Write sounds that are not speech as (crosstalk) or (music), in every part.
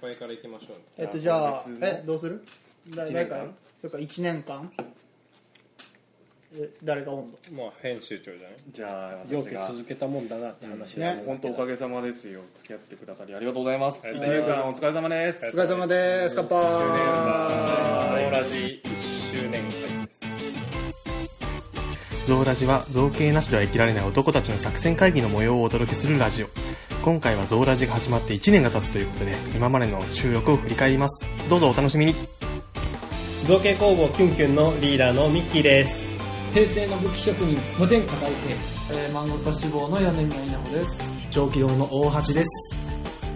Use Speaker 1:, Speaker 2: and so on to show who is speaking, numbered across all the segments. Speaker 1: これから行きましょうね
Speaker 2: えっとじゃあ
Speaker 3: 別の
Speaker 2: えどうするだ
Speaker 3: 一
Speaker 2: 誰
Speaker 3: 年
Speaker 2: か
Speaker 3: 間
Speaker 2: らそれか1年間え誰が温度
Speaker 1: まあ編集長じゃない
Speaker 3: じゃあ
Speaker 4: 両
Speaker 3: 私
Speaker 4: 家
Speaker 3: が
Speaker 4: 続けたもんだなって話
Speaker 2: ね
Speaker 4: です
Speaker 3: 本当おかげさまですよ付き合ってくださりありがとうございます
Speaker 1: あり
Speaker 3: 1
Speaker 1: がとうご
Speaker 3: 年
Speaker 1: ざい
Speaker 3: 間
Speaker 1: ま
Speaker 3: お疲れ様です
Speaker 2: お疲れ様です乾杯
Speaker 1: ノーラジ1周年会です
Speaker 5: ゾウラジは造形なしでは生きられない男たちの作戦会議の模様をお届けするラジオ。今回はゾウラジが始まって1年が経つということで、今までの収録を振り返ります。どうぞお楽しみに。
Speaker 4: 造形工房キュンキュンのリーダーのミッキーです
Speaker 6: 平成の武器職人無天下大平
Speaker 2: えー、漫画家志望の米宮稲穂です
Speaker 7: 長期堂の大橋です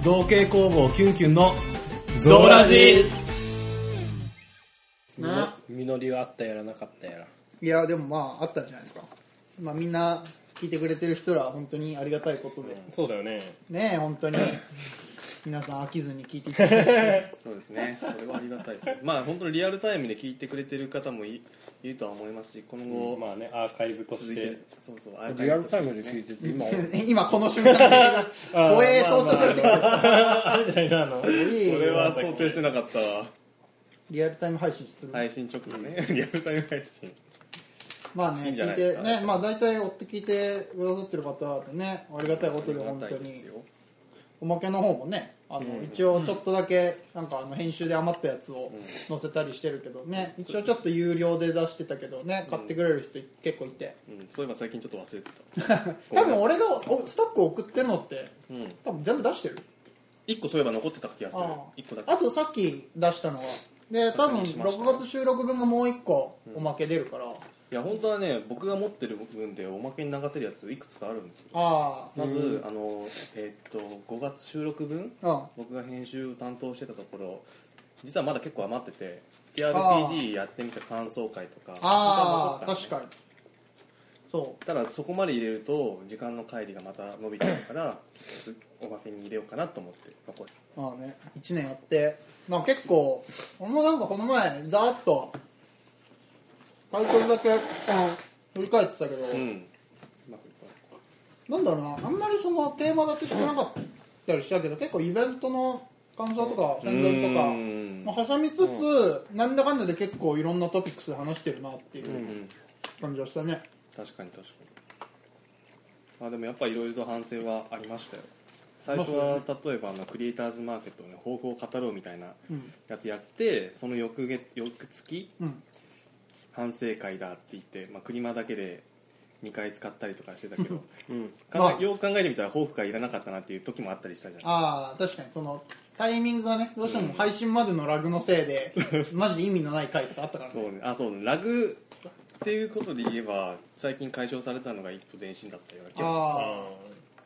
Speaker 7: 造形工房キュンキュンの
Speaker 5: ゾウラジ
Speaker 2: ね
Speaker 4: 実りはあったやらなかったやら
Speaker 2: いやでもまああったんじゃないですか、まあ、みんな聞いてくれてる人らは本当にありがたいことで、
Speaker 1: そうだよね
Speaker 2: ねえ本当に皆さん飽きずに聞いていただいて
Speaker 3: そうですねそれはありがたいですねまあ本当にリアルタイムで聞いてくれてる方もいいるとは思いますし今後、
Speaker 1: まあねアーカイブと
Speaker 3: 続
Speaker 1: し
Speaker 3: い
Speaker 1: て
Speaker 3: てるそうそう
Speaker 4: リアルタイムで聞いてて今
Speaker 2: 今
Speaker 3: (laughs)
Speaker 2: この瞬間に
Speaker 1: あ
Speaker 2: (laughs) 怖えと落とされてきた
Speaker 1: あるじゃないなあの
Speaker 2: いい
Speaker 3: それは想定してなかったわ
Speaker 2: リアルタイム配信する、
Speaker 3: 配信直後ねリアルタイム配信
Speaker 2: まあね
Speaker 3: いいんじゃ
Speaker 2: 聞
Speaker 3: ないいで
Speaker 2: て
Speaker 3: すか
Speaker 2: ねまあ大体追って聞いてくださってる方はねありがたいことで本
Speaker 3: あり
Speaker 2: 当
Speaker 3: がたいです
Speaker 2: に
Speaker 3: よ
Speaker 2: おまけの方もねあの、一応ちょっとだけなんかあの編集で余ったやつを載せたりしてるけどね、一応ちょっと有料で出してたけどね買ってくれる人結構いて、
Speaker 3: うん、そういえば最近ちょっと忘れて
Speaker 2: 多分俺がおストック送ってんのって
Speaker 3: た、うん、
Speaker 2: 多分全部出してる
Speaker 3: 1個そういえば残ってた気がする
Speaker 2: ああ
Speaker 3: 1個だけ
Speaker 2: あとさっき出したのはで多分
Speaker 3: 確認しました
Speaker 2: 6月収録分がもう1個おまけ出るから、
Speaker 3: いや本当はね僕が持ってる分でおまけに流せるやついくつかあるんですよ
Speaker 2: あ
Speaker 3: まず、あのえーっと5月収録分
Speaker 2: あうん
Speaker 3: 僕が編集を担当してたところ実はまだ結構余ってて TRPG やってみた感想会とか
Speaker 2: ああ
Speaker 3: そうい
Speaker 2: 確か
Speaker 3: うのが残ったのね
Speaker 2: にそう
Speaker 3: ただそこまで入れると時間の帰りがまた伸びちゃうからおまけに入れようかなと思って残る
Speaker 2: まあね1年やってなんか結構俺もなんかこの前ざーっとタイトルだけ、うん、振り返ってたけど、
Speaker 3: うんうまくいく
Speaker 2: なんだろうなあんまりそのテーマ立てしてなかったりしたけど結構イベントの感想とか宣伝とか
Speaker 3: うん
Speaker 2: まあ挟みつつ、なんだかんだで結構いろんなトピックスで話してるなっていう
Speaker 3: う
Speaker 2: うん感じがしたね、
Speaker 3: 確かに確かにあでもやっぱいろいろと反省はありましたよ最初は例えばあのクリエイターズマーケットの、ね、抱負を語ろうみたいな
Speaker 2: うん
Speaker 3: やつやってその翌月翌月
Speaker 2: うん、
Speaker 3: 反省会だって言って、まあ、車だけで2回使ったりとかしてたけど、
Speaker 4: うん
Speaker 3: か
Speaker 2: まあ
Speaker 3: よく考えてみたら抱負がいらなかったなっていう時もあったりしたじゃん
Speaker 2: ああ確かにそのタイミングがねどうしても配信までのラグのせい
Speaker 3: (laughs)
Speaker 2: で、マジで意味のない回とかあったから
Speaker 3: そ
Speaker 2: ね
Speaker 3: うねあそうねラグっていうことで言えば最近解消されたのが一歩前進だったような気がしま
Speaker 2: ああ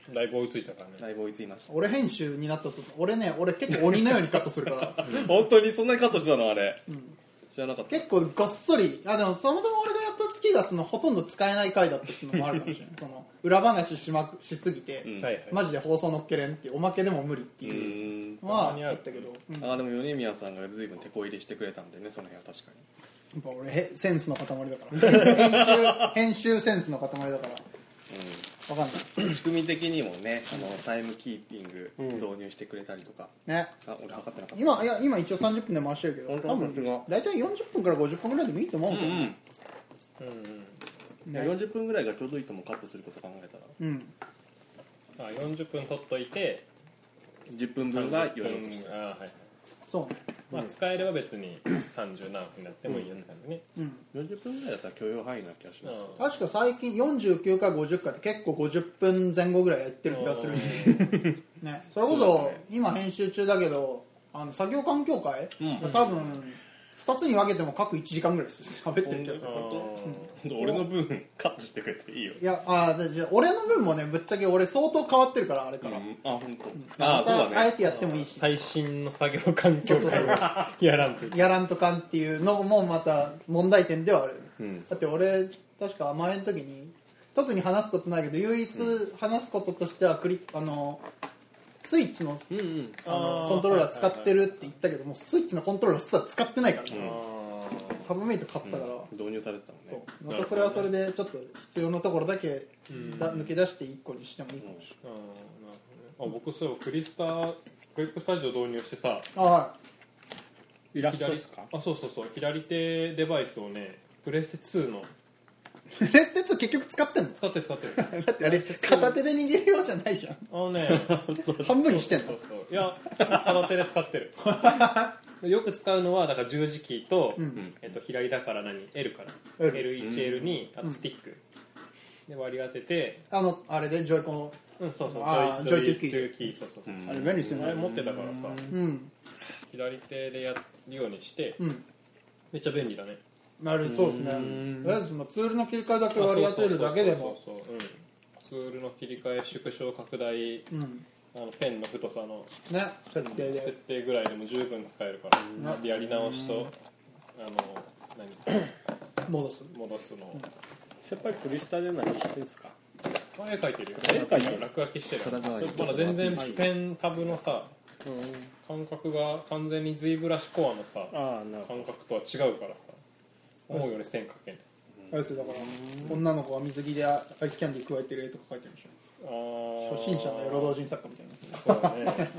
Speaker 1: うんだいぶ追いついたからね
Speaker 3: すだいぶ追いついました
Speaker 2: 俺編集になったと俺ね俺結構鬼のようにカットするから (laughs)
Speaker 3: 本当にそんなにカットしてたのあれ、
Speaker 2: ん
Speaker 3: 知らなかった
Speaker 2: 結構ごっそりあでもそもそも俺がやった月がそのほとんど使えない回だったっていうのもあるかもしれないその裏話し,、まく、しすぎて、
Speaker 3: うん
Speaker 1: はいはい
Speaker 2: マジで放送のっけれんっていうおまけでも無理って
Speaker 3: う
Speaker 2: いう
Speaker 3: ーん
Speaker 2: のは
Speaker 1: たまにあ
Speaker 2: あ
Speaker 1: る
Speaker 2: ったけど、うんやっ
Speaker 3: あでも米宮さんが随分手こ入れしてくれたんでねその辺は確か
Speaker 2: ぱ俺へセンスの塊だから編集編集センスの塊だから分かん
Speaker 3: に、仕組み的にもねあのタイムキーピング導入してくれたりとか、
Speaker 2: ないね
Speaker 3: あ俺測ってなかった
Speaker 2: 今いや今一応30分で回してるけど
Speaker 3: 本当
Speaker 2: 多
Speaker 3: 本当
Speaker 2: 分
Speaker 3: だ
Speaker 2: 大体40分から50分ぐらいでもいいと思うけど、
Speaker 3: うん
Speaker 1: うんうん
Speaker 3: うん、
Speaker 2: ね
Speaker 3: 40分ぐらいがちょうどいいともカットすること考えたら
Speaker 2: うん
Speaker 1: あ40分取っといて
Speaker 3: 10分分が余剰とし
Speaker 1: 分
Speaker 3: て
Speaker 1: あはいはい
Speaker 2: そうね
Speaker 1: まあ使えれば別に30何分になってもいいよって感じね
Speaker 2: うん
Speaker 3: 40分ぐらいだったら許容範囲な気がします、
Speaker 1: う
Speaker 2: 確か最近49回50回って結構50分前後ぐらいやってる気がするし、ね、それこ
Speaker 3: そう
Speaker 2: そ
Speaker 3: ですね
Speaker 2: 今編集中だけどあの作業環境会、
Speaker 3: うん
Speaker 2: 多分2つに分けても各1時間ぐらいです喋ってる気がする
Speaker 3: そんな
Speaker 1: うん
Speaker 3: (laughs) 俺の分カットしてくれていいよ
Speaker 2: いやあーじゃあ俺の分もねぶっちゃけ俺相当変わってるからあれから、
Speaker 3: うんあ本当。
Speaker 2: ま
Speaker 3: あそう
Speaker 2: たあ
Speaker 3: だ
Speaker 2: え
Speaker 3: ね
Speaker 2: てやってもいいし
Speaker 1: 最新の作業環境会をやらんといけない
Speaker 2: やらんとかんっていうのもまた問題点ではある、
Speaker 3: うん
Speaker 2: だって俺確か前の時に特に話すことないけど唯一話すこととしてはクリあのスイッチの
Speaker 3: うんうん
Speaker 2: あの
Speaker 1: あー
Speaker 2: コントローラー使ってるって言ったけどもスイッチのコントローラーすら使ってないから、
Speaker 3: うん
Speaker 2: タブメイト買ったから、
Speaker 3: 導入されてたもんね
Speaker 2: そうまたそれはそれでちょっと必要なところだけだ抜け出して1個にしてもいいかもし
Speaker 1: あーなるほどねあ僕そういえばクリスタグリップスタジオ導入してさ
Speaker 2: あは
Speaker 3: イラスト
Speaker 1: 左
Speaker 3: ですか
Speaker 1: あそうそうそう左手デバイスをねプレステ2の
Speaker 2: いプレステ2結局使ってんの (laughs)
Speaker 1: 使ってる使ってるあ
Speaker 2: だってあれ片手で握るようじゃないじゃん
Speaker 1: の
Speaker 2: (laughs)
Speaker 1: ね
Speaker 2: 半分にしてん
Speaker 1: そう
Speaker 2: の
Speaker 1: そういや片手で使って
Speaker 2: (laughs)
Speaker 1: るよく使うのはだから十字キーと、えっと、左だから何 L から
Speaker 2: L
Speaker 1: L1L にあとスティック、で割り当てて
Speaker 2: あのあれでジョイコンを
Speaker 1: うんそうそう
Speaker 2: あー
Speaker 1: イ
Speaker 2: ジョイキー
Speaker 1: ジョイキーそうそう、
Speaker 2: あれ便利ですよ
Speaker 1: 前
Speaker 2: ね
Speaker 1: 持ってたからさ
Speaker 2: うん
Speaker 1: 左手でやるようにして、
Speaker 2: うん
Speaker 1: めっちゃ便利だね
Speaker 2: なるそうですねとりあえずそのツールの切り替えだけ割り当てるだけでも
Speaker 1: そうそうそうそううんツールの切り替え縮小拡大
Speaker 2: うん
Speaker 1: あのペンの太さの
Speaker 2: ね設定
Speaker 1: 設
Speaker 2: で
Speaker 1: 定ぐらいでも十分使えるから
Speaker 2: うん
Speaker 1: でやり直しとあの何
Speaker 2: 戻す
Speaker 1: 戻すのを
Speaker 4: 先輩クリスタで何してんすか
Speaker 1: あ絵描いてるよ
Speaker 4: 絵描いてる
Speaker 1: 落書きしてる
Speaker 3: それじゃない
Speaker 1: まだ全然ペンタブのさ感覚が完全に Z ブラシコアのさ
Speaker 4: ああなるほ
Speaker 1: 感覚とは違うからさ思うよね線描けない
Speaker 2: あれですよだから女の子が水着でアイスキャンディー加えてる絵とか描いてるでし
Speaker 1: あー
Speaker 2: ょ初心者のエロ同人作家みたいなやつ
Speaker 1: そうだね。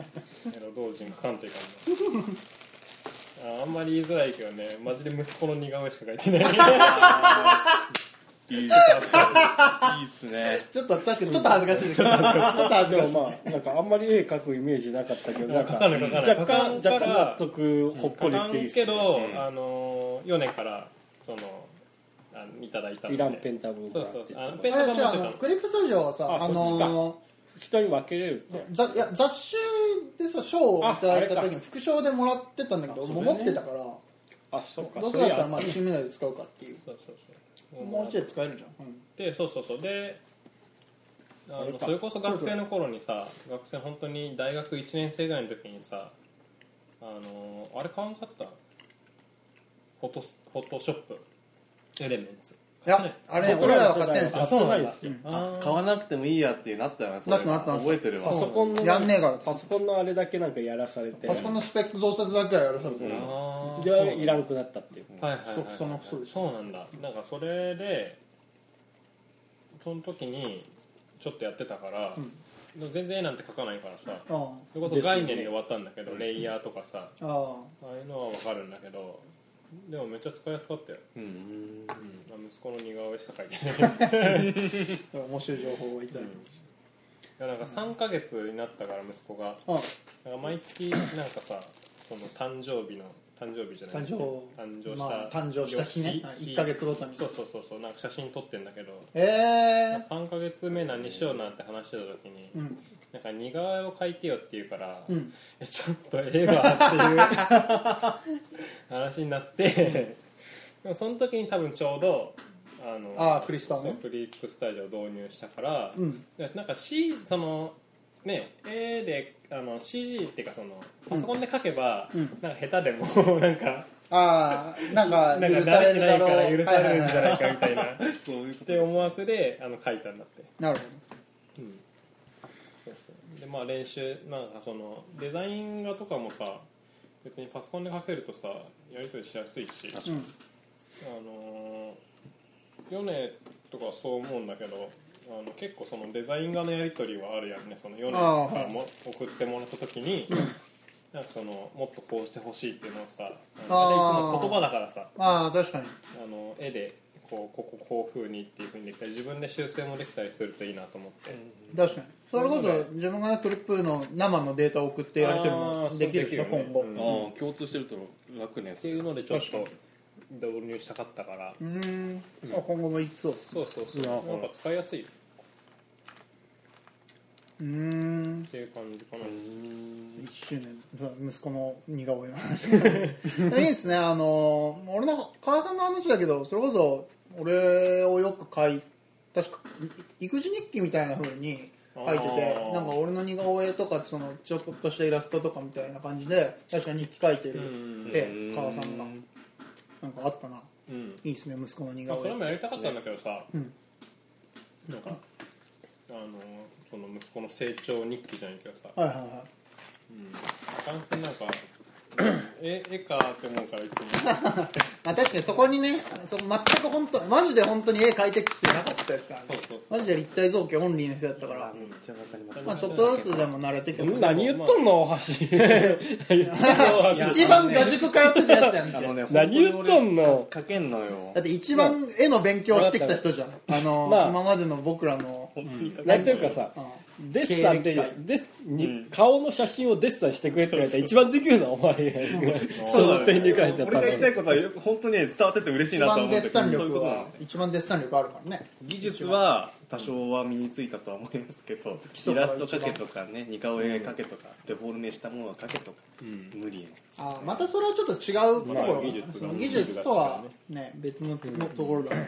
Speaker 1: エロ同人感という感じ。ああんまり言いづらいけどね、マジで息子の似顔絵しか描いてない。
Speaker 3: いいっすね
Speaker 2: ちょっと確かにちょっと恥ずかしいですけど (laughs) ちょっと恥ず
Speaker 4: ど
Speaker 2: か
Speaker 4: で
Speaker 2: しい
Speaker 4: もまあなんかあんまり絵描くイメージなかったけどなんか
Speaker 1: 描かない描かない
Speaker 4: 若干
Speaker 1: 描かんか
Speaker 4: 若干
Speaker 1: ら
Speaker 4: 納得ほっこりしていいっす
Speaker 1: け
Speaker 4: ね
Speaker 1: ど、あのー、ヨネから、その、あいただいたので
Speaker 4: いらんペンタブ
Speaker 1: そう
Speaker 4: だ
Speaker 1: そう
Speaker 4: っ。て
Speaker 1: あのペンタ
Speaker 2: あ
Speaker 1: ブ
Speaker 2: れ
Speaker 1: 持
Speaker 2: じゃあ
Speaker 1: っ
Speaker 2: あ
Speaker 1: てた
Speaker 2: の
Speaker 1: の。
Speaker 2: クリップスタジオはさ
Speaker 4: あ
Speaker 2: あの
Speaker 4: 人に分けれる
Speaker 2: ーざいや雑誌でさ賞をいただいた時に副賞でもらってたんだけどもう持ってたから
Speaker 4: あそうか
Speaker 2: どうせだ
Speaker 4: そ
Speaker 2: っ
Speaker 4: れ
Speaker 2: たら
Speaker 4: や
Speaker 2: まあ新メダルで使うかっていう
Speaker 1: そうそうそう。
Speaker 2: もうちょい使えるじゃんうん
Speaker 1: でそうそうそうであ
Speaker 4: それ
Speaker 1: の
Speaker 4: か
Speaker 1: それこそ学生の頃にさ学生本当に大学1年生ぐらいの時にさあのあれ買わんかったフォトスフォトショップエレメンツ
Speaker 2: いやあれね
Speaker 4: 僕
Speaker 2: 俺ら
Speaker 4: ら
Speaker 2: は
Speaker 4: の
Speaker 2: 買って
Speaker 4: 世
Speaker 2: ん
Speaker 4: 代
Speaker 2: すよ
Speaker 4: は買ってないですよ
Speaker 1: あ
Speaker 3: 買わなくてもいいやってなったよねそれ
Speaker 2: なったなった
Speaker 3: 覚えてるわ
Speaker 4: パソコンの
Speaker 2: やんねえから
Speaker 4: パソコンのあれだけなんかやらされて
Speaker 2: パソコンのスペック増設だけはやらされてる
Speaker 1: あーそう
Speaker 4: でいらんくなったっていう
Speaker 1: はいはいはいはい
Speaker 2: クソのクソです
Speaker 1: そうなんだなんかそれでその時にちょっとやってたから、全然絵なんて描かないからさ
Speaker 2: ああ
Speaker 1: それこそ概念で終わったんだけど、レイヤーとかさ、
Speaker 2: あ
Speaker 1: ああいうのは分かるんだけどでもめっちゃ使いやすかったよ、
Speaker 3: うん
Speaker 1: まあ息子の似顔絵しか描いて
Speaker 2: (laughs)
Speaker 1: ないい
Speaker 2: あ面白い情報をいただき
Speaker 1: やなんか3ヶ月になったから息子が
Speaker 2: ま
Speaker 1: なんか毎月なんかさその誕生日の誕生日じゃない
Speaker 2: 誕生
Speaker 1: 誕生し、
Speaker 2: したた、まあ、誕生した日ね
Speaker 1: よ
Speaker 2: 1ヶ月ごとに
Speaker 1: そうそうそうそうなんか写真撮ってんだけど
Speaker 2: ええ
Speaker 1: 3ヶ月目何しようなんて話してた時に、
Speaker 2: うん
Speaker 1: なんか似顔絵を描いてよって言うから、
Speaker 2: うん
Speaker 1: えちょっとええわっていう話になってでもその時に多分ちょうどあの
Speaker 2: あークリスタね
Speaker 1: そうクリップスタジオを導入したから、
Speaker 2: うん
Speaker 1: でなんか C そのね A であの CG っていうかそのパソコンで書けば、
Speaker 2: うん
Speaker 1: なんか下手でも (laughs) なんか
Speaker 2: ああなん
Speaker 1: な
Speaker 2: か
Speaker 1: んか
Speaker 2: 許さ
Speaker 1: 慣れ
Speaker 2: れる
Speaker 1: て
Speaker 2: だ
Speaker 1: ない
Speaker 2: ろ
Speaker 1: から許さ
Speaker 2: う
Speaker 1: れるんじゃ
Speaker 2: はいはいは
Speaker 1: ないかみたいなっ
Speaker 3: そういうこと
Speaker 1: て思惑であの書いたんだって。
Speaker 2: いなるほど
Speaker 1: うんそうそうでまあ練習なんかそのデザイン画とかもさ別にパソコンで書けるとさやり取りしやすいし
Speaker 2: うん
Speaker 1: あのー、ヨネとかはそう思うんだけどあの結構そのデザイン画のやり取りはあるやんねそのヨネからも送ってもらった時になんかそのもっとこうしてほしいっていうのをさあのあれいつも言葉だからさ
Speaker 2: まあ確かに
Speaker 1: あの絵でこうこここういう風にっていう風にできたり自分で修正もできたりするといいなと思って。
Speaker 2: 確かにそれこそ自分がねクリップの生のデータを送ってやり取
Speaker 1: あ
Speaker 2: りも
Speaker 1: ー
Speaker 2: できるしね
Speaker 1: そうできるね
Speaker 2: 今後
Speaker 1: うん
Speaker 3: ああ共通してると楽ね
Speaker 1: っていうのでちょっと導入したかったから
Speaker 2: うーんまあ今後もいきそうっす
Speaker 1: そうそうそうなんか使いやすいっ
Speaker 2: うーん
Speaker 1: ていう感じかな
Speaker 2: 1周年そう息子の似顔絵の話 (laughs) いいですねあの俺の母さんの話だけどそれこそ俺をよく書い確かい育児日記みたいな風に書
Speaker 1: あ
Speaker 2: いてて
Speaker 1: ー
Speaker 2: なんか俺の似顔絵とかそのちょっとしたイラストとかみたいな感じで確かに日記書いて
Speaker 1: うん
Speaker 2: る
Speaker 1: うん
Speaker 2: で母さんがなんかあったな
Speaker 1: うんうん
Speaker 2: いいですね息子の似
Speaker 1: まあ
Speaker 2: 顔
Speaker 1: そ
Speaker 2: 絵
Speaker 1: れもやりたかったんだけどさ
Speaker 2: うん
Speaker 1: なんかあのその息子の成長日記じゃないけどさ
Speaker 2: はいはいはい
Speaker 1: うんいかんせんなんか絵え絵かって思うからいつも
Speaker 2: まあ確かにそこにねそ全く本当マジで本当に絵描いてきてなかったですからね
Speaker 1: そうそうそう
Speaker 2: マジで立体造形オンリーの人だったから、
Speaker 3: めっちゃわかります
Speaker 2: まあちょっとずつでも慣れてきて
Speaker 4: 何言っとんの大 (laughs) 橋何言っとんの大
Speaker 2: (laughs)
Speaker 4: 橋
Speaker 2: 一番画塾通ってたやつやん
Speaker 3: あの
Speaker 2: け
Speaker 3: ね
Speaker 4: 何言っと
Speaker 3: 本当
Speaker 4: んの
Speaker 3: に俺かかけんのよ
Speaker 2: だって一番絵の勉強してきた人じゃんあの、
Speaker 4: まあ
Speaker 2: 今までの僕らの、
Speaker 3: 本当にか
Speaker 4: なんていうかさ
Speaker 2: うん
Speaker 4: デッサンって
Speaker 2: 経歴
Speaker 4: デッに、顔の写真をデッサンしてくれって言われたら一番できるのはお前やその点に関しては
Speaker 3: 俺が言いたいことはよく本当に伝わってて嬉しい
Speaker 2: 一
Speaker 3: なとは思
Speaker 2: 番デ
Speaker 3: うけ
Speaker 2: ッ
Speaker 3: ど
Speaker 2: サン
Speaker 3: そういう
Speaker 2: 力
Speaker 3: ことな
Speaker 2: は
Speaker 3: の
Speaker 2: 一番デッサン力あるからね
Speaker 3: 技術は多少は身についたとは思いますけどイラスト描けとかね似顔絵描けとかデフォルメしたものを描けとか無理よ
Speaker 2: あーまたそれはちょっと違うところ、
Speaker 1: まあ技術が
Speaker 2: その技術とはね別のところだから、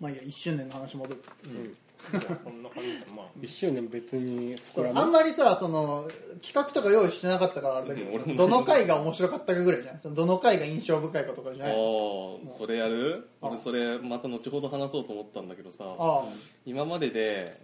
Speaker 2: まあいいや1周年の話戻る
Speaker 1: こんな感じでまあ
Speaker 4: 1周年別に
Speaker 2: そ
Speaker 4: 膨
Speaker 2: う
Speaker 4: ら
Speaker 2: あん
Speaker 4: む
Speaker 2: まりさその企画とか用意してなかったからあれだけどどの回が面白かったかぐらいじゃんそのどの回が印象深いかとかじゃないあ
Speaker 3: ああそれやる俺それまた後ほど話そうと思ったんだけどさ
Speaker 2: あ
Speaker 3: 今までで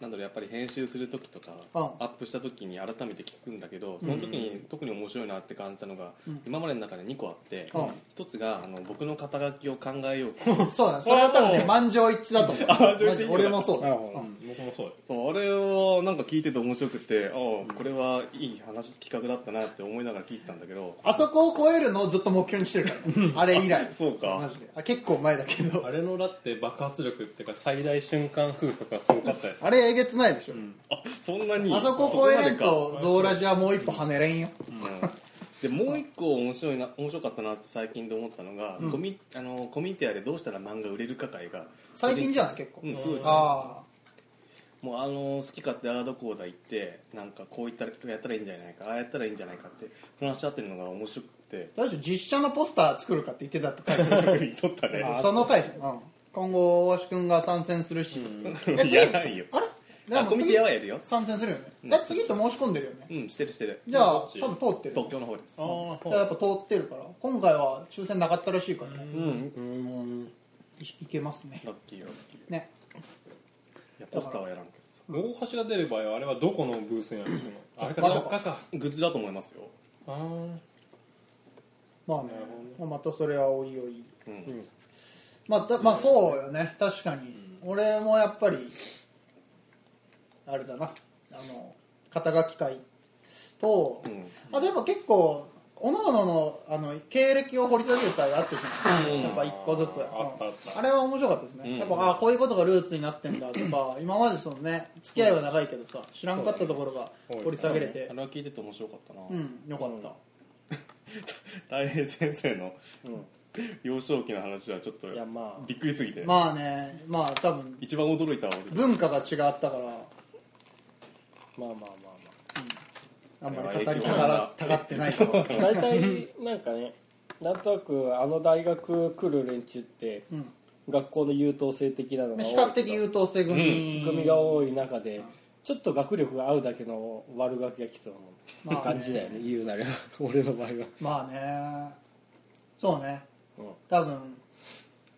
Speaker 3: なんだろうやっぱり編集する時とか
Speaker 2: うん
Speaker 3: アップした時に改めて聞くんだけどその時に特に面白いなって感じたのが今までの中で2個あって
Speaker 2: うん
Speaker 3: 1つがあの僕の肩書きを考えようと
Speaker 2: そうだねそれは多分ね満場一致だと
Speaker 3: (laughs)
Speaker 2: 思
Speaker 3: 満
Speaker 2: う
Speaker 3: 場一致
Speaker 2: マジ俺もそう
Speaker 4: な
Speaker 2: だ
Speaker 4: るほど
Speaker 1: 僕もそうよ
Speaker 3: そうあれをなんか聞いてて面白くてああこれはいい話企画だったなって思いながら聞いてたんだけど
Speaker 2: あそこを超えるのをずっと目標にしてるからねあれ以来
Speaker 3: (laughs) そうか
Speaker 2: マジであ結構前だけど
Speaker 1: あれのだって爆発力っていうか最大瞬間風速がすごかったでしょ
Speaker 2: あれえげつないでしょ
Speaker 3: あそんなに
Speaker 2: あそこ超えれん
Speaker 3: そ
Speaker 2: とゾーラジはもう一歩跳ねれんよ
Speaker 3: こまでかうんでもう一個面白いな面白かったなって最近で思ったのが、コミあのコミュニティアでどうしたら漫画売れるか会が
Speaker 2: 最近じゃない結構
Speaker 3: うんすごい
Speaker 2: あ
Speaker 3: もうあの好き勝手アードコーダ行ってなんかこういったらやったらいいんじゃないかああやったらいいんじゃないかって話し合ってるのが面白く
Speaker 2: (laughs)
Speaker 3: て
Speaker 2: あ確か実写のポスター作るかって言ってたと書いてあ
Speaker 3: (laughs)
Speaker 2: る
Speaker 3: 撮ったね
Speaker 2: その回じゃん、うん、今後大橋君が参戦するし、え次
Speaker 3: (laughs) やらないよ
Speaker 2: あれ
Speaker 3: あコミュニティアはやるよ
Speaker 2: 参戦するよね、
Speaker 3: ん
Speaker 2: え次って申し込んでるよね、
Speaker 3: うんしてるしてる
Speaker 2: じゃあ多分通ってる
Speaker 3: 東京の方です
Speaker 1: あ
Speaker 2: じゃあやっぱ通ってるから今回は抽選なかったらしいからね、
Speaker 3: うん
Speaker 2: いいけますね
Speaker 3: ラッキーラッキーい
Speaker 2: ね
Speaker 3: やポスターはやらんけどさ
Speaker 1: 大橋が出る場合はあれはどこのブースになるんでしょうかあれか
Speaker 2: 雑貨
Speaker 1: 雑貨か
Speaker 3: グッズだと思いますよ
Speaker 1: あー
Speaker 2: まあね、まあまたそれはおいおい
Speaker 3: うん
Speaker 2: まあ、だまあそうよね確かに、俺もやっぱりあれだなあの肩書き会と、
Speaker 3: うん
Speaker 2: あでも結構おのおののあの経歴を掘り下げる会あったじゃん、
Speaker 3: うん
Speaker 2: やっぱ一個ずつ
Speaker 1: あったあった
Speaker 2: れは面白かったですね、
Speaker 3: うん
Speaker 2: やっぱあこういうことがルーツになってんだとか、今までそのね付き合いは長いけどさ知らんかったところが掘り下げれて
Speaker 3: あれは聞いてて面白かったな、
Speaker 2: うんよかった、
Speaker 3: 大平先生の、幼少期の話はちょっと
Speaker 4: いやまあ
Speaker 3: びっくりすぎて、
Speaker 2: まあねまあ多分
Speaker 3: 一番驚いたわ俺
Speaker 2: 文化が違ったから
Speaker 4: まあまあまあ
Speaker 2: あんまり語りたがらたがってないけど
Speaker 4: まあ大体なんかねなんとなくあの大学来る連中って、
Speaker 2: うん
Speaker 4: 学校の優等生的なのが多い
Speaker 2: 比較的優等生組,、
Speaker 4: 組が多い中でちょっと学力が合うだけの悪ガキが来た
Speaker 2: まあ
Speaker 4: の
Speaker 2: ね
Speaker 4: 感じだよね,、言うなれば俺の場合は
Speaker 2: まあねそうね、
Speaker 4: うん
Speaker 2: 多分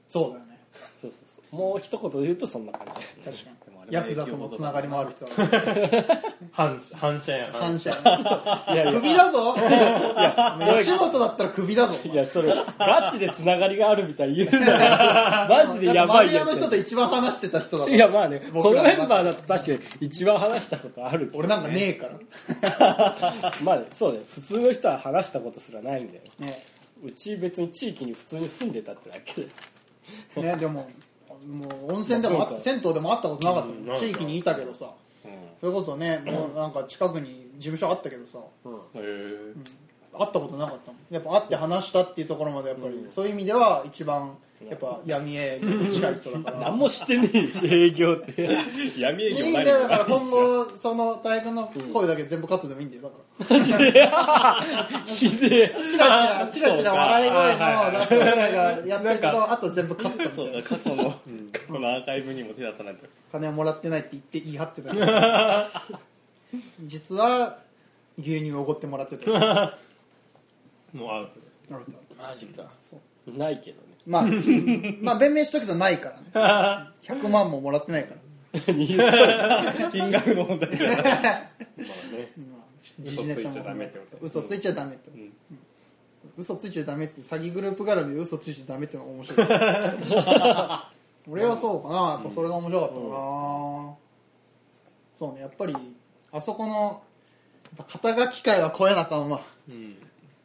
Speaker 2: そうだよね
Speaker 4: そうそうそうもう一言で言うとそんな感じ
Speaker 2: 確か
Speaker 3: でもあれ
Speaker 2: にヤ
Speaker 3: は
Speaker 2: ク
Speaker 3: 影
Speaker 2: ザ
Speaker 3: 響
Speaker 2: との
Speaker 3: も
Speaker 2: つながりもある人だから
Speaker 1: 反反射やな
Speaker 2: 反射
Speaker 4: (laughs) い
Speaker 2: (laughs)
Speaker 4: (laughs) やいや
Speaker 2: 首だぞ (laughs) 吉本だったら首だぞ
Speaker 4: いやそれガチでつながりがあるみたいに言うん
Speaker 2: (laughs)
Speaker 4: だからマジでやばい
Speaker 2: だ
Speaker 4: や
Speaker 2: ってマフィアの人
Speaker 4: つ
Speaker 2: と一番話してた人だか
Speaker 4: いや
Speaker 2: ら
Speaker 4: まあねこのメンバーだと確かに一番話したことあるけど
Speaker 2: 俺なんかねえから
Speaker 4: まあねそうね普通の人は話したことすらないんだよ
Speaker 2: ね
Speaker 4: うち別に地域に普通に住んでたってだけで
Speaker 2: ねでももう温泉でもあった銭湯でも会ったことなかったもん地域にいたけどさそれこそねもうなんか近くに事務所あったけどさ
Speaker 3: うんへえ
Speaker 2: 会ったことなかったもんやっぱ会って話したっていうところまでやっぱり、そういう意味では一番やっぱ闇営業に近い人だから
Speaker 4: 何もしてねえし営業って
Speaker 3: 闇営
Speaker 2: い
Speaker 3: 業
Speaker 2: いんだ
Speaker 3: ない
Speaker 2: よだから今後その大君の声だけ全部カットでもいいんだよだから
Speaker 4: ひでえ
Speaker 2: チラチラチラチラ笑い声のラストぐらいがやってるけどあと全部カットみた
Speaker 3: そう
Speaker 2: いな
Speaker 3: だ過去の過去のアーカイブにも手出さないと
Speaker 2: 金をもらってないって言って言い張ってたけど (laughs) 実は牛乳をおごってもらってたなる
Speaker 1: もうアウトです
Speaker 2: ほど
Speaker 4: マジかないけどね
Speaker 2: まあまあ弁明しとくとないからね100万ももらってないから
Speaker 3: 金額の問題で
Speaker 1: まあね (laughs)
Speaker 2: うんち
Speaker 1: 嘘ついちゃダメってこと
Speaker 2: 嘘ついちゃダメって、
Speaker 3: ん
Speaker 2: 嘘ついちゃダメって詐欺グループ絡みで嘘ついちゃダメってのが面
Speaker 1: (laughs)
Speaker 2: 白い俺はそうかなやっぱそれが面白かったかな、そうねやっぱりあそこのやっぱ肩書き会は超えなあかんわ
Speaker 1: うん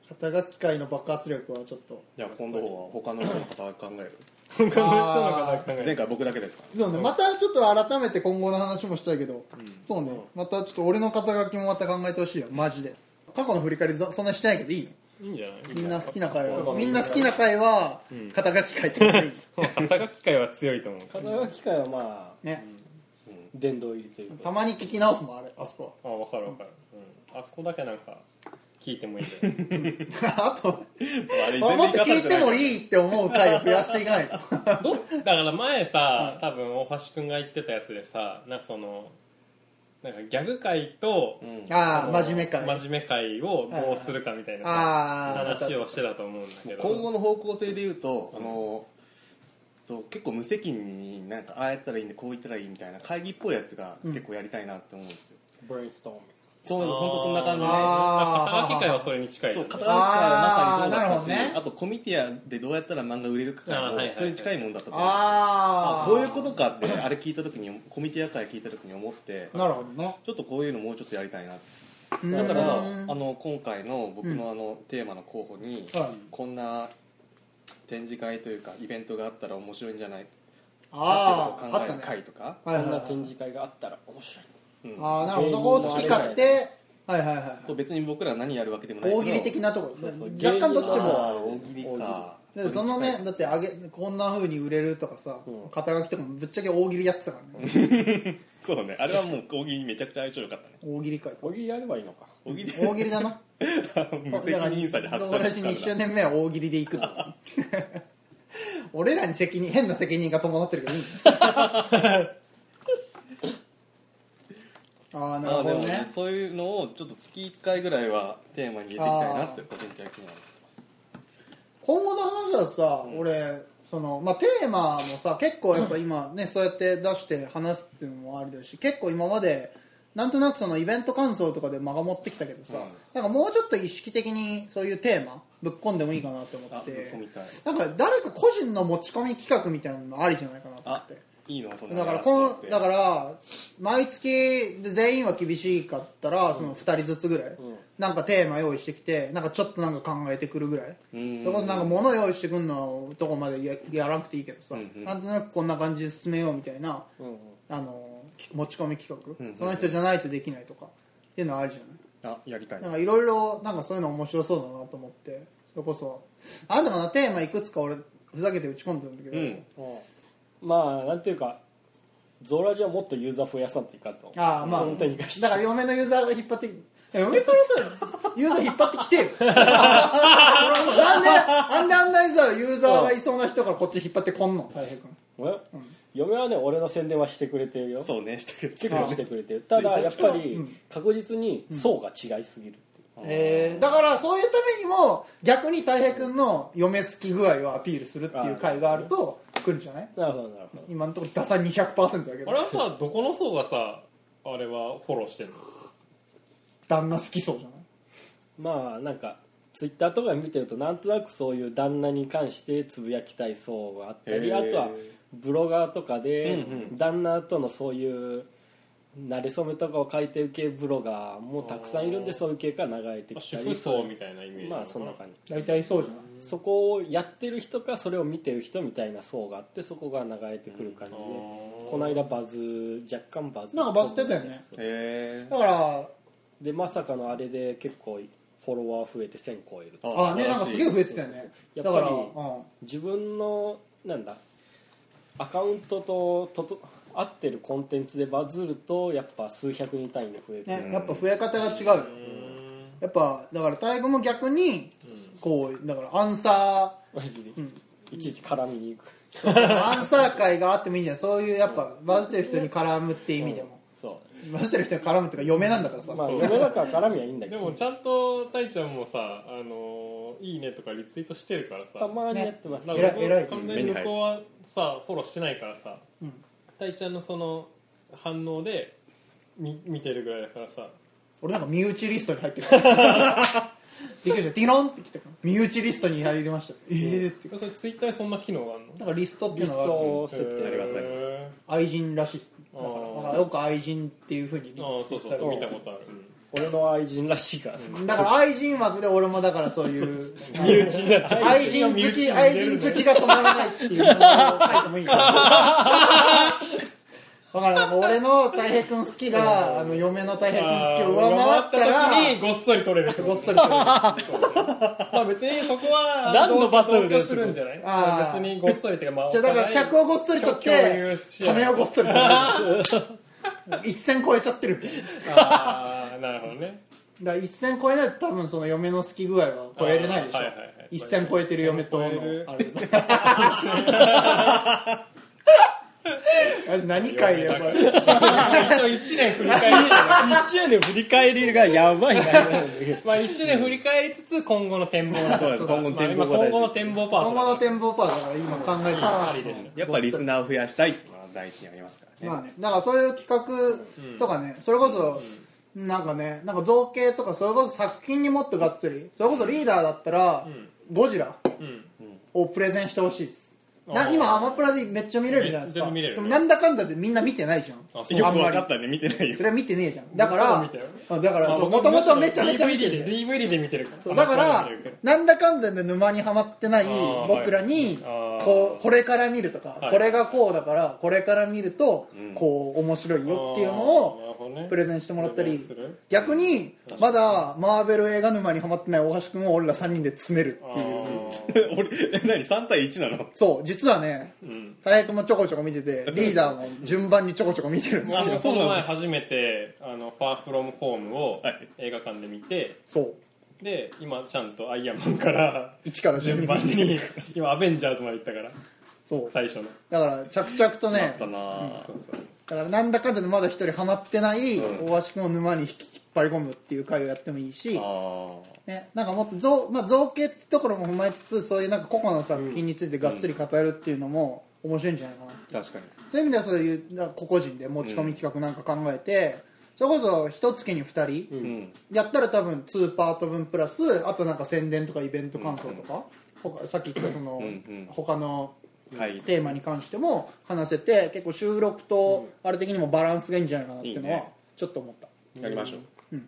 Speaker 2: 肩書き会の爆発力はちょっと
Speaker 3: いや今度は他の人の方考える
Speaker 1: 他の人の方考え
Speaker 3: 前回僕だけですから
Speaker 2: でもねまたちょっと改めて今後の話もしたいけど、そうねまたちょっと俺の肩書きもまた考えてほしいよマジで過去の振り返りそそんなしてないけどいいの
Speaker 1: いいんじゃない
Speaker 2: み
Speaker 1: (laughs)
Speaker 2: んな好きな会は
Speaker 1: うん
Speaker 2: みんな好きな会は
Speaker 1: ん
Speaker 2: 肩書き会ってことでいい
Speaker 1: 肩書き会は強いと思う
Speaker 4: 肩書き会はまあ
Speaker 2: ね
Speaker 4: 殿堂入りという
Speaker 2: た
Speaker 4: か
Speaker 2: まに聞き直すもんあれあそこ (laughs)
Speaker 1: あ分かる分かる、うん、あそこだけなんか聞いてもいいんだよね
Speaker 2: あと
Speaker 3: あれ
Speaker 2: あもっと聞いてもい
Speaker 3: い
Speaker 2: いって思う回を増やしていかないと
Speaker 1: (laughs) どだから前さ多分大橋君が言ってたやつでさなんかそのなんかギャグ会と、
Speaker 2: ああ
Speaker 1: その
Speaker 2: 真面目会
Speaker 1: 真面目会をどうするかみたいな
Speaker 2: ああ
Speaker 1: さ話をしてたと思うんだけど
Speaker 3: 今後の方向性で言うとあのと結構無責任になんかああやったらいいんでこう言ったらいいみたいな会議っぽいやつが結構やりたいなって思うんですよ、
Speaker 4: ブレインストーミング
Speaker 3: そう本当そんな感じで
Speaker 2: あー
Speaker 1: 肩書き会はそれに近い
Speaker 3: そ
Speaker 1: よ
Speaker 3: う
Speaker 1: ね
Speaker 3: 片岡はまさにそうだっ
Speaker 2: あ
Speaker 3: た
Speaker 2: ーなるほど
Speaker 3: し
Speaker 2: ね
Speaker 3: あとコミティアでどうやったら漫画売れるか
Speaker 1: あー
Speaker 3: も
Speaker 1: はいはい
Speaker 3: それに近いもんだったと思うんですよ
Speaker 2: あ
Speaker 3: あ
Speaker 2: あ
Speaker 3: こういうことかってあれ聞いた時にコミティア会聞いた時に思って
Speaker 2: なるほどね
Speaker 3: ちょっとこういうのもうちょっとやりたいなって
Speaker 2: だ
Speaker 3: だからあの今回の僕のあのテーマの候補に、
Speaker 2: はい
Speaker 3: こんな展示会というかイベントがあったら面白いんじゃない
Speaker 2: あ
Speaker 3: って
Speaker 2: あ
Speaker 3: いう
Speaker 2: あ
Speaker 3: のを考
Speaker 2: っ
Speaker 3: え
Speaker 2: た
Speaker 3: る
Speaker 2: ね
Speaker 3: 会とか、
Speaker 2: はいはい
Speaker 4: こん
Speaker 2: は
Speaker 4: ない展示会があったら面白い
Speaker 3: うん
Speaker 2: ああなるほどそこを好き勝手はいはいはいはい
Speaker 3: と別に僕ら何やるわけでもないけど
Speaker 2: 大喜利的なところ
Speaker 3: そうそう
Speaker 2: 若干どっち
Speaker 3: あ
Speaker 2: も
Speaker 3: ー大喜利か
Speaker 2: だってそのねだってあげこんな風に売れるとかさ肩書きとかもぶっちゃけ大喜利やってたからね
Speaker 3: そうねあれはもう大喜利めちゃくちゃ相性良かったね
Speaker 2: 大喜利
Speaker 3: (laughs)
Speaker 2: 会
Speaker 4: 小木やればいいのか
Speaker 3: 大喜利
Speaker 2: 大喜利だな
Speaker 3: 無責任さに
Speaker 2: (laughs) だ
Speaker 3: 発射
Speaker 2: から私2周年目は大喜利で行くの
Speaker 3: (laughs)
Speaker 2: 俺らに責任変な責任が伴ってるけどいいのああなる
Speaker 3: まあ
Speaker 2: ほ
Speaker 3: で
Speaker 2: ど
Speaker 3: もね
Speaker 2: ね
Speaker 3: そういうのをちょっと月1回ぐらいはテーマに入れていきたいなって個人的には
Speaker 2: 今後の話はさ、俺その、まあ、テーマもさ結構やっぱ今ね、そうやって出して話すっていうのもありだし結構今までなんとなくそのイベント感想とかで間が持ってきたけどさ、
Speaker 3: うん
Speaker 2: なんかもうちょっと意識的にそういうテーマぶっ込んでもいいかなと思
Speaker 3: あ
Speaker 2: っ
Speaker 3: ぶって込みたい
Speaker 2: なんか誰か個人の持ち込み企画みたいなのありじゃないかなと思っ
Speaker 3: あ
Speaker 2: て
Speaker 3: いいのそんな
Speaker 2: だからこんだからら毎月で全員は厳しかったらその2人ずつぐらい、なんかテーマ用意してきてなんかちょっとなんか考えてくるぐらい、
Speaker 3: うん
Speaker 2: それこそなんか物用意してくんのとこまでややらなくていいけどさ、
Speaker 3: うんうん
Speaker 2: なんとなくこんな感じで進めようみたいな、あのき持ち込み企画、その人じゃないとできないとかっていうのはあるじゃない
Speaker 3: あやりたい
Speaker 2: なんかいろいろなんかそういうの面白そうだなと思ってそれこそあんたかなテーマいくつか俺ふざけて打ち込んでるんだけど、
Speaker 3: うん
Speaker 4: まあなんていうかゾーラジはもっとユーザー増やさんといかんと
Speaker 2: ああまあ
Speaker 4: その点に関して
Speaker 2: だから嫁のユーザーが引っ張っていや嫁からさユーザー引っ張ってきて
Speaker 4: (laughs)
Speaker 2: よなんであんであんなにさユーザーがいそうな人からこっち引っ張ってこんの大平君
Speaker 4: え嫁はね俺の宣伝はしてくれてるよ
Speaker 3: そうねしてる
Speaker 4: 結構してくれてるただやっぱり確実に層が違いすぎるっていう
Speaker 2: えーだからそういうためにも逆に大平君の嫁好き具合をアピールするっていう回があると来るんじゃない
Speaker 4: なるほどなるほど
Speaker 2: 今のところ打算200%だけ
Speaker 1: あれ
Speaker 2: ど
Speaker 1: はさどこの層がさあれはフォローしてるの
Speaker 2: 旦那好きそうじゃない
Speaker 4: まあなんかツイッターとか見てるとなんとなくそういう旦那に関してつぶやきたい層があった
Speaker 3: へ
Speaker 4: り
Speaker 3: ー
Speaker 4: あとはブロガーとかで
Speaker 3: うんうん
Speaker 4: 旦那とのそういう慣れ初めとかを書いてる系ブロガーもたくさんいるんでそういう系から流れてき
Speaker 1: 主
Speaker 4: た
Speaker 1: 婦
Speaker 4: り
Speaker 1: 層みたいなイメージ
Speaker 4: まあそんな感じ
Speaker 2: 大体そうじゃない
Speaker 4: そこをやってる人かそれを見てる人みたいな層があってそこが流れてくる感じで
Speaker 1: うんあー
Speaker 4: この間バズ若干バズ
Speaker 2: なんかバズってたよね
Speaker 3: へえ
Speaker 2: だから
Speaker 4: でまさかのあれで結構フォロワー増えて1000超えると
Speaker 2: あねなんかすげえ増えてたよね
Speaker 4: そう
Speaker 2: だ
Speaker 4: そ
Speaker 2: か
Speaker 4: う
Speaker 2: ら
Speaker 4: やっぱり
Speaker 2: うん
Speaker 4: 自分のなんだアカウントととと合ってるコンテンツでバズるとやっぱ数百人単位で増えて、
Speaker 2: ね、やっぱ増え方が違うよやっぱだから大悟も逆にこうだからアンサ
Speaker 4: マジでいちいち絡みに行く
Speaker 2: ーアンサー会があってもいいんじゃないそういうやっぱバズってる人に絡むって意味でも
Speaker 4: そ
Speaker 2: バズってる人に絡むっていうか嫁なんだからさ
Speaker 4: うまあ嫁だから絡みはいいんだけ
Speaker 1: で
Speaker 4: ど
Speaker 1: もちゃんとたいちゃんもさ「あのーいいね」とかリツイートしてるからさ
Speaker 4: たまにやってます、
Speaker 1: だ
Speaker 2: ね
Speaker 1: から
Speaker 2: えらい
Speaker 1: 完全に向こうはさフォローしてないからさたいちゃんのその反応でみ見てるぐらいだからさ
Speaker 2: 俺なんか身内リストに入ってるびっくりしたティロンって来て身内リストに入りましたええって
Speaker 1: それツイッターにそんな機能があるの
Speaker 2: なんかリストってい
Speaker 4: リ
Speaker 2: う
Speaker 4: ス
Speaker 2: のがあ
Speaker 4: ト
Speaker 2: る
Speaker 4: を設定
Speaker 3: ありがとうございます
Speaker 1: へ
Speaker 2: 愛人らしいっすだから
Speaker 1: あー
Speaker 2: だからよく愛人っていうふうに
Speaker 1: ーああそうそう見たことある
Speaker 4: 俺の愛人らしいから、
Speaker 2: だから愛人枠で俺もだからそういう
Speaker 4: 身内になっちゃう
Speaker 2: 愛人好き愛人好きが止まらないっていうのを書いてもいいからだから俺のたい平君好きがあの嫁のたい平君好きを上回ったら
Speaker 1: 上回った時にごっそり取れる人
Speaker 2: ごっそり取れる
Speaker 1: まあ別にそこは
Speaker 4: 何のバトルで
Speaker 1: 同居す
Speaker 4: す
Speaker 1: るんじゃない
Speaker 2: あー
Speaker 1: 別にごっそりっていうかまあ
Speaker 2: じゃあだから客をごっそり取って金をごっそり取る一線超えちゃってる
Speaker 1: ああなるほどね
Speaker 2: だから一線超えないと多分その嫁の好き具合は超えれないでしょ、
Speaker 1: あーはいはいはい
Speaker 2: 一線超えてる嫁とのあれ (laughs) マジ何回やばい
Speaker 1: 一応1年振り返り
Speaker 4: 一周年振り返りがやばいな
Speaker 1: (laughs) まあ1年振り返りつつ今後の展望
Speaker 3: そうです今後の展望が大事
Speaker 1: まあ今後の展望パー
Speaker 2: 今
Speaker 1: ト
Speaker 2: 後の展望パートだから今考えてる
Speaker 3: やっぱリスナーを増やしたいっていうのは第一にありますからね、
Speaker 2: まあねだからそういう企画とかね、それこそ、なんかねなんか造形とかそれこそ作品にもっとがっつりそれこそリーダーだったら、ゴジラ
Speaker 1: うん
Speaker 2: をプレゼンしてほしいです
Speaker 1: あ
Speaker 2: な
Speaker 1: ー
Speaker 2: 今アマプラでめっちゃ見れるじゃないです
Speaker 1: めっち
Speaker 2: か
Speaker 1: ゃ見れる
Speaker 2: でもなんだかんだでみんな見てないじゃん
Speaker 1: あ
Speaker 2: そう
Speaker 1: よく
Speaker 2: あんま
Speaker 3: 分
Speaker 2: り
Speaker 3: かったね見てないよ
Speaker 2: それは見てねえじゃんだから
Speaker 1: 僕も見たよ
Speaker 2: あだからもともとめちゃめちゃ見てる
Speaker 1: DVD で DVD で見てる
Speaker 2: そうだからなんだかんだで沼にはまってない
Speaker 1: あー
Speaker 2: 僕らに
Speaker 1: はい
Speaker 2: こうこれから見るとか、
Speaker 1: はい
Speaker 2: これがこうだからこれから見るとこう面白いよっていうのを
Speaker 1: を
Speaker 2: プレゼンしてもらったり
Speaker 1: する
Speaker 2: 逆にまだマーベル映画沼にはまってない大橋君を俺ら3人で詰めるっていう
Speaker 3: (laughs) 俺え何3対1なの
Speaker 2: そう実はね
Speaker 1: うん
Speaker 2: 大君もちょこちょこ見て (laughs) てリーダーも順番にちょこちょこ見てるんで (laughs)
Speaker 1: まあ
Speaker 2: すよ
Speaker 1: この前初めて「あのファーフロムホームを
Speaker 3: はい
Speaker 1: 映画館で見て
Speaker 2: そう
Speaker 1: で今ちゃんとアイアンマン
Speaker 2: (laughs)
Speaker 1: から
Speaker 2: 1から順
Speaker 1: 順
Speaker 2: 番
Speaker 1: 番
Speaker 2: に
Speaker 1: に今アベンジャーズまで行ったから
Speaker 2: そう
Speaker 1: 最初の
Speaker 2: だから着々とね
Speaker 3: だなあ
Speaker 1: そうそうそう
Speaker 2: だからなんだかんだでまだ一人ハマってない大橋君を沼に引き引っ張り込むっていう回をやってもいいし、
Speaker 3: あ
Speaker 2: ね、なんかもっと造,、まあ、造形ってところも踏まえつつそういうなんか個々の作品についてがっつり語るっていうのも面白いんじゃないかな、
Speaker 3: 確かに
Speaker 2: そういう意味ではそういうなんか個々人で持ち込み企画なんか考えて、それこそ一月に二人、
Speaker 3: ん
Speaker 2: やったら多分2パート分プラスあとなんか宣伝とかイベント感想とか、他さっき言ったその、
Speaker 3: ん
Speaker 2: 他の
Speaker 3: 会議
Speaker 2: テーマに関しても話せて結構収録とあれ的にもバランスがいいんじゃないかなっていうの
Speaker 3: いい
Speaker 2: は
Speaker 3: ね
Speaker 2: ちょっと思った
Speaker 3: やりましょう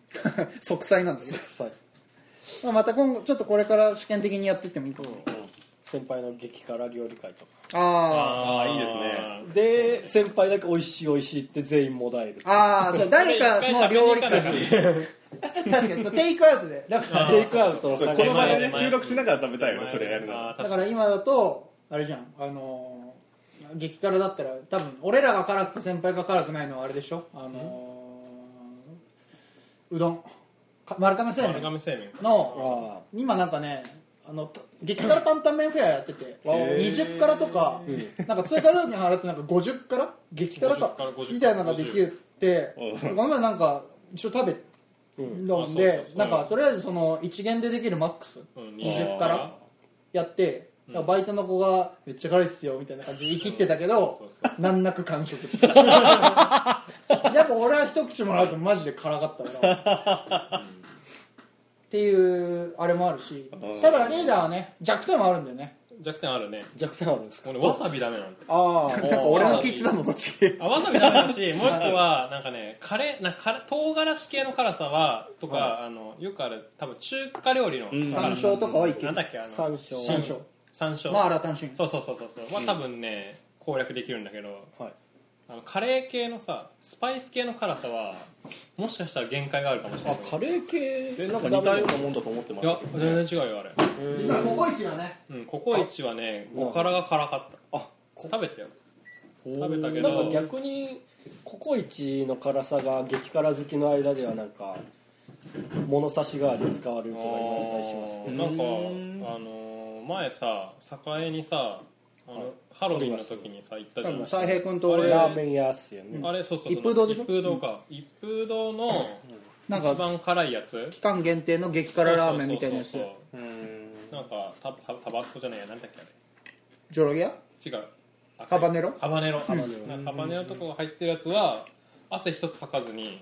Speaker 2: 即歳なんだけど、
Speaker 4: そう
Speaker 2: まあ、また今後ちょっとこれから試験的にやってってもいいかも、
Speaker 4: 先輩の激辛料理会とか
Speaker 2: あ
Speaker 3: ああいいですね
Speaker 4: で先輩だけ美味しい美味しいって全員もだえる
Speaker 2: あああそう誰かの料理会
Speaker 1: 食べに行かな (laughs)
Speaker 2: 確かにそうテイクアウトでだから
Speaker 4: テイクアウトを探
Speaker 3: この場
Speaker 4: して
Speaker 3: でね
Speaker 1: 前
Speaker 3: 収録しながら食べたいよね
Speaker 1: 前
Speaker 3: それやるなら
Speaker 1: あー
Speaker 2: だ
Speaker 1: 確
Speaker 2: か
Speaker 1: から
Speaker 2: 今だとあれじゃんあのー激辛だったら多分俺らが辛くて先輩が辛くないのはあれでしょあのーうどんか丸亀製
Speaker 1: に丸
Speaker 2: 麺
Speaker 1: 亀製麺か
Speaker 2: の
Speaker 4: あ
Speaker 2: 今なんかねあのた激辛担々麺フェアやってて20辛とかなんか追加料金払ってなんか50辛激辛
Speaker 1: 50
Speaker 2: か
Speaker 1: 辛50
Speaker 2: みたいなのができるってこ
Speaker 3: 50
Speaker 2: の前なんか一応食べ飲ん
Speaker 1: あそう
Speaker 2: で
Speaker 1: そう
Speaker 2: なんかとりあえずその一元でできるマックス
Speaker 1: うん
Speaker 2: 20からやって、だからバイトの子が「めっちゃ辛いっすよ」みたいな感じで言い切ってたけど
Speaker 1: そうそ
Speaker 2: 難なく
Speaker 1: (laughs)
Speaker 2: 完食やっぱ俺は一口もらうとマジで辛かったからっていうあれもあるしただリーダーはね弱点もあるんだよね
Speaker 1: 弱点あるね
Speaker 4: 弱点あるんですか
Speaker 1: 俺わさびダメなんて
Speaker 4: あ
Speaker 2: な
Speaker 4: あ
Speaker 2: んか俺の聞いてたのどっち
Speaker 1: あわさびダメ (laughs) だしもう一個はなんかねカレーなんかカレー唐辛子系の辛さはとか、あのよくある多分中華料理の、
Speaker 2: 山椒とかはいけ
Speaker 1: なん
Speaker 2: る
Speaker 1: だっけあの
Speaker 4: 山椒
Speaker 2: 山椒
Speaker 1: 山椒、
Speaker 2: まあ新しい
Speaker 1: そうそうそうそうそうは多分ね攻略できるんだけど、
Speaker 4: はい
Speaker 1: あのカレー系のさスパイス系の辛さはもしかしたら限界があるかもしれな
Speaker 4: あ
Speaker 1: い
Speaker 4: カレー系
Speaker 3: えなんか似たようなもんだと思ってま
Speaker 1: い
Speaker 3: し
Speaker 1: や
Speaker 3: たけどね
Speaker 1: 全然違うよあれ、
Speaker 2: 今ココイチがね
Speaker 1: うん、ココイチはね5辛が辛かったあ食べたよ食べたけ
Speaker 4: なん
Speaker 1: ど
Speaker 4: か逆にココイチの辛さが激辛好きの間ではなんか物差し代わりに使われるとか言われたりします
Speaker 1: あ
Speaker 4: け
Speaker 1: ー
Speaker 4: ど
Speaker 1: なんかあのー前さ栄にさあの、ハロウィンの時にさ行ったじゃん
Speaker 2: 太平君と
Speaker 1: あれ
Speaker 2: 俺
Speaker 4: ラーメン屋っすよね、
Speaker 1: あれそうそうそう
Speaker 2: 一風堂でしょ
Speaker 1: 一風堂か、一風堂の
Speaker 2: なん
Speaker 1: 一
Speaker 2: か
Speaker 1: 番辛いやつ
Speaker 2: 期間限定の激辛ラーメンみたいなやつ
Speaker 1: そうそうそうそうなんかタタタバスコじゃないやなんだっけあれ
Speaker 2: ジョロギア
Speaker 1: 違う
Speaker 2: ハバネロ
Speaker 1: ハバネロハバネロ,、ハバネロとかが入ってるやつは汗一つかかず
Speaker 2: (laughs)
Speaker 1: に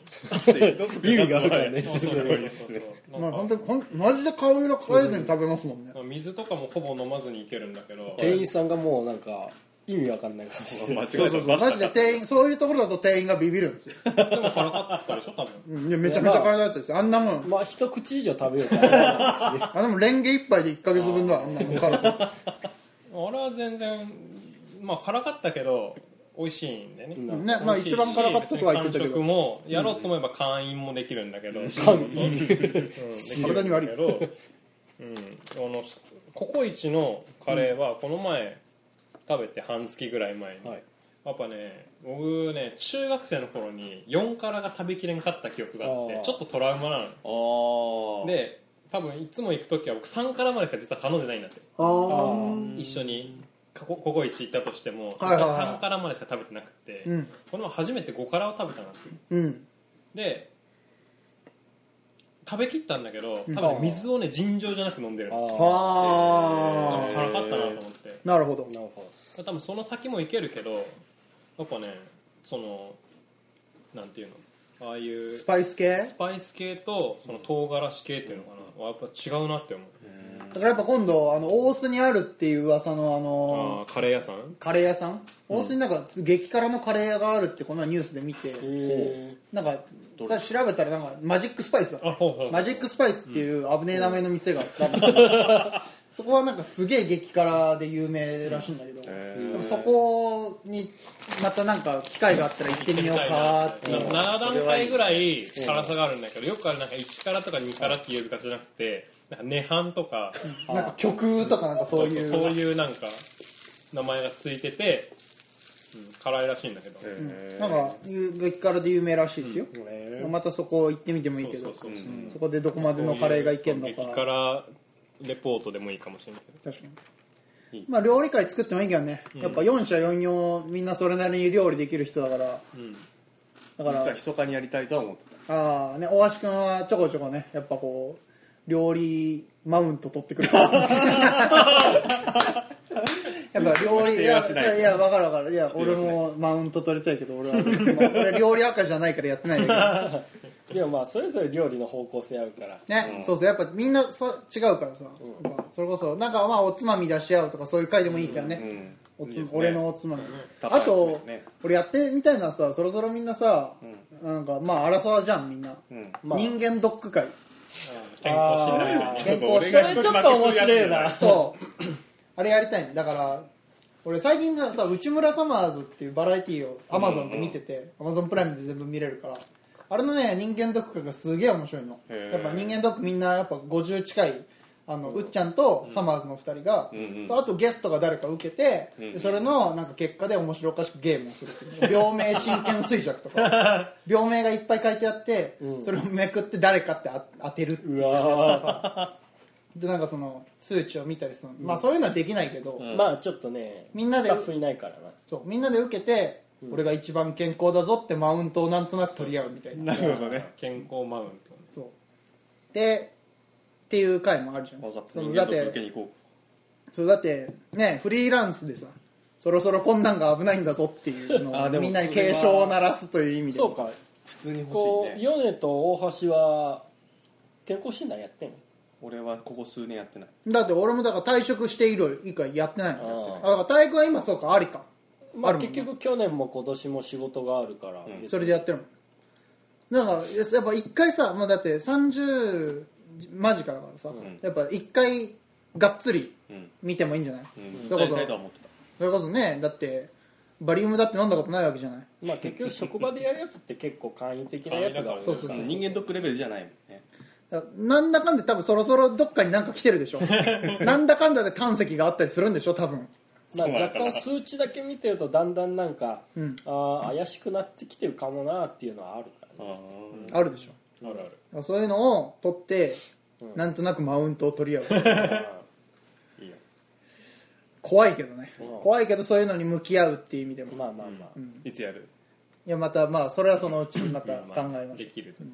Speaker 4: 意味があるからね
Speaker 1: そうそうそうそう
Speaker 2: ま
Speaker 1: な
Speaker 2: あ
Speaker 1: んか
Speaker 2: 本当にこんマジで顔色変えずに食べますもんね
Speaker 1: 水とかもほぼ飲まずにいけるんだけど
Speaker 4: 店員さんがもうなんか意味わかんないかもしれない
Speaker 2: そうそうそうマジで店員そういうところだと店員がビビるんですよ
Speaker 1: でも辛かったでしょ多分
Speaker 2: うんいやめちゃめちゃ体だったですよあんなもん
Speaker 4: (laughs) まあ一口以上食べようか (laughs) なと思うんですよ
Speaker 2: あでもレンゲ一杯で1か月分ぐらいあん (laughs) なもん辛さ
Speaker 1: 俺は全然まあ辛かったけど美味しいんでね、
Speaker 2: ねまあ一番辛かったとは言ってたけ
Speaker 1: 完食
Speaker 2: ど
Speaker 1: もやろうと思えば会員もできるんだけど、
Speaker 2: 体
Speaker 1: 体
Speaker 2: に悪い
Speaker 1: けど、うん、あのココイチのカレーはこの前食べて半月ぐらい前に、
Speaker 4: はい
Speaker 1: やっぱね僕ね中学生の頃に4辛が食べきれんかった記憶があって
Speaker 4: あー
Speaker 1: ちょっとトラウマなの
Speaker 3: あ
Speaker 1: で多分いつも行く時は僕3辛までしか実は頼んでないんだって
Speaker 2: あー
Speaker 1: 一緒にここココイチ行ったとしても
Speaker 2: はいはいはい
Speaker 1: 3辛までしか食べてなくて、
Speaker 2: うん
Speaker 1: この前初めて5辛を食べたな
Speaker 2: うん
Speaker 1: で食べきったんだけど多分ね、水をね尋常じゃなく飲んでるの多
Speaker 4: あ
Speaker 1: 分
Speaker 2: あ
Speaker 1: 辛かったなと思って
Speaker 2: あなるほど
Speaker 4: あなるほど
Speaker 1: 多分その先もいけるけどやっぱねそのなんていうのああいう
Speaker 2: スパイス系
Speaker 1: スパイス系とその唐辛子系っていうのかなはやっぱ違うなって思う
Speaker 2: だからやっぱ今度あの大須にあるっていう噂のあ
Speaker 1: あ
Speaker 2: の
Speaker 1: あカレー屋さん
Speaker 2: カレー屋さん大須になんか激辛のカレー屋があるってこの前ニュースで見て
Speaker 4: へ
Speaker 2: なんか調べたらなんかマジックスパイスだ
Speaker 1: あほうほう
Speaker 2: マジックスパイスっていう危ねえ名前の店があったんだ
Speaker 1: (laughs)
Speaker 2: けど、そこはなんかすげえ激辛で有名らしいんだけど、でもそこにまたなんか機会があったら行ってみようかっていう
Speaker 1: 7段階ぐらい辛さがあるんだけどよくあれなんか1辛とか2辛って呼び方じゃなくてなんか涅槃とか
Speaker 2: なんか曲とかなんかそうい
Speaker 1: そう
Speaker 2: う
Speaker 1: いうなんか名前がついてて、うん、辛いらしいんだけど、
Speaker 2: なんか激辛で有名らしいですよ、またそこ行ってみてもいいけ
Speaker 1: そ
Speaker 2: ど
Speaker 1: うそうそう、
Speaker 2: そこでどこまでのカレーがいけるの
Speaker 1: そういう激
Speaker 2: か
Speaker 1: 辛レポートでもいいかもしれないけど
Speaker 2: 確かにまあ料理会作ってもいいけどね、やっぱ4社4業みんなそれなりに料理できる人だから、だか
Speaker 3: あ
Speaker 2: ら
Speaker 3: 実は密かにやりたいとは思ってた
Speaker 2: ああね大橋君はちょこちょこねやっぱこう料理マウント取ってくる
Speaker 3: (laughs)
Speaker 2: やっぱ料理いや
Speaker 3: 否
Speaker 2: い
Speaker 3: 定はしない
Speaker 2: やいや分かる分かるいや俺もマウント取りたいけど
Speaker 3: (laughs)
Speaker 2: 俺は、まあ俺料理赤じゃないからやってないんだ
Speaker 4: えでもまあそれぞれ料理の方向性あるから
Speaker 2: けどね、そうそうやっぱみんなそう違うからさ、やっぱそれこそなんかまあおつまみ出し合うとかそういう回でもいいからね、おつ
Speaker 3: いいですね
Speaker 2: 俺のおつまみ、
Speaker 3: 高い
Speaker 2: あ
Speaker 3: ですよ
Speaker 2: と、
Speaker 3: ね
Speaker 2: 俺やってみたいのはさそろそろみんなさ、なんかまあ争わじゃんみんな、
Speaker 4: まあ
Speaker 2: 人間ドック会
Speaker 1: 健康診断
Speaker 4: あー
Speaker 2: 健康
Speaker 4: それちょっと面白いな
Speaker 2: そうあれやりたいんだから俺最近さ内村サマーズっていうバラエティーをアマゾンで見ててアマゾンプライムで全部見れるからあれのね人間ドックがすげえ面白いの
Speaker 3: へえ
Speaker 2: やっぱ人間ドックみんなやっぱ50近いあのうっちゃんとサマーズの2人が、
Speaker 3: うん
Speaker 2: とあとゲストが誰か受けて、でそれのなんか結果で面白おかしくゲームをするっていう病名真剣衰弱と (laughs) か病名がいっぱい書いてあって、それをめくって誰かってあ当てるっていうう
Speaker 4: わ
Speaker 2: でなんかその数値を見たりするの、まあそういうのはできないけど、
Speaker 4: ーまあちょっとね
Speaker 2: みんなで
Speaker 4: スタッフいないからな
Speaker 2: そうみんなで受けて、俺が一番健康だぞってマウントをなんとなく取り合うみたいな
Speaker 3: なるほどね
Speaker 1: 健康マウントね
Speaker 2: そうでっていう回もあるじゃん
Speaker 3: 分かった
Speaker 2: そ
Speaker 3: 人
Speaker 2: の
Speaker 3: 間
Speaker 2: だっ
Speaker 3: と受け
Speaker 2: て
Speaker 3: に行こ
Speaker 2: そうだってねフリーランスでさそろそろこんなんが危ないんだぞっていうの
Speaker 3: あーで
Speaker 2: を
Speaker 3: も
Speaker 2: みんなに警鐘を鳴らすという意味で
Speaker 4: そうか
Speaker 3: う普通に欲
Speaker 4: こ
Speaker 3: しいうね
Speaker 4: 米と大橋は健康診断やってんの
Speaker 3: 俺はここ数年やってない
Speaker 2: だって俺もだから退職して以来以下やってないのあだから体育は今そうかありか
Speaker 4: まあ
Speaker 2: あるもん
Speaker 4: 結
Speaker 2: ね
Speaker 4: 局去年も今年も仕事があるから、
Speaker 2: それでやってるもんだからやっぱ一回さもうだって30間近だからさ、やっぱ一回がっつり見てもいいんじゃない、
Speaker 3: うん
Speaker 2: そ
Speaker 3: や
Speaker 2: れ
Speaker 3: り
Speaker 2: こ
Speaker 3: たい
Speaker 2: そ
Speaker 3: とは思ってた
Speaker 2: それこそねだってバリウムだって飲んだことないわけじゃない
Speaker 4: まあ結局職場でやるやつって結構簡易的なやつだからね
Speaker 1: そう
Speaker 2: そうそう
Speaker 3: 人間ドックレベルじゃないもんね
Speaker 2: だからなんだかんだ多分そろそろどっかになんか来てるでし
Speaker 3: (laughs)
Speaker 2: ょなんだかんだで胆石があったりするんでしょ多分
Speaker 4: まあ、若干数値だけ見てるとだんだんなんか、ああ怪しくなってきてるかもなっていうのはあるからね
Speaker 2: あるでしょ
Speaker 1: あるある
Speaker 2: だからそういうのを取って、なんとなくマウントを取り合う怖いけどね怖いけどそういうのに向き合うっていう意味でも
Speaker 4: まあまあまあ、
Speaker 3: いつやる
Speaker 2: いやまたまあそれはそのうちまた考えま
Speaker 1: で
Speaker 2: し
Speaker 1: きると
Speaker 2: ょ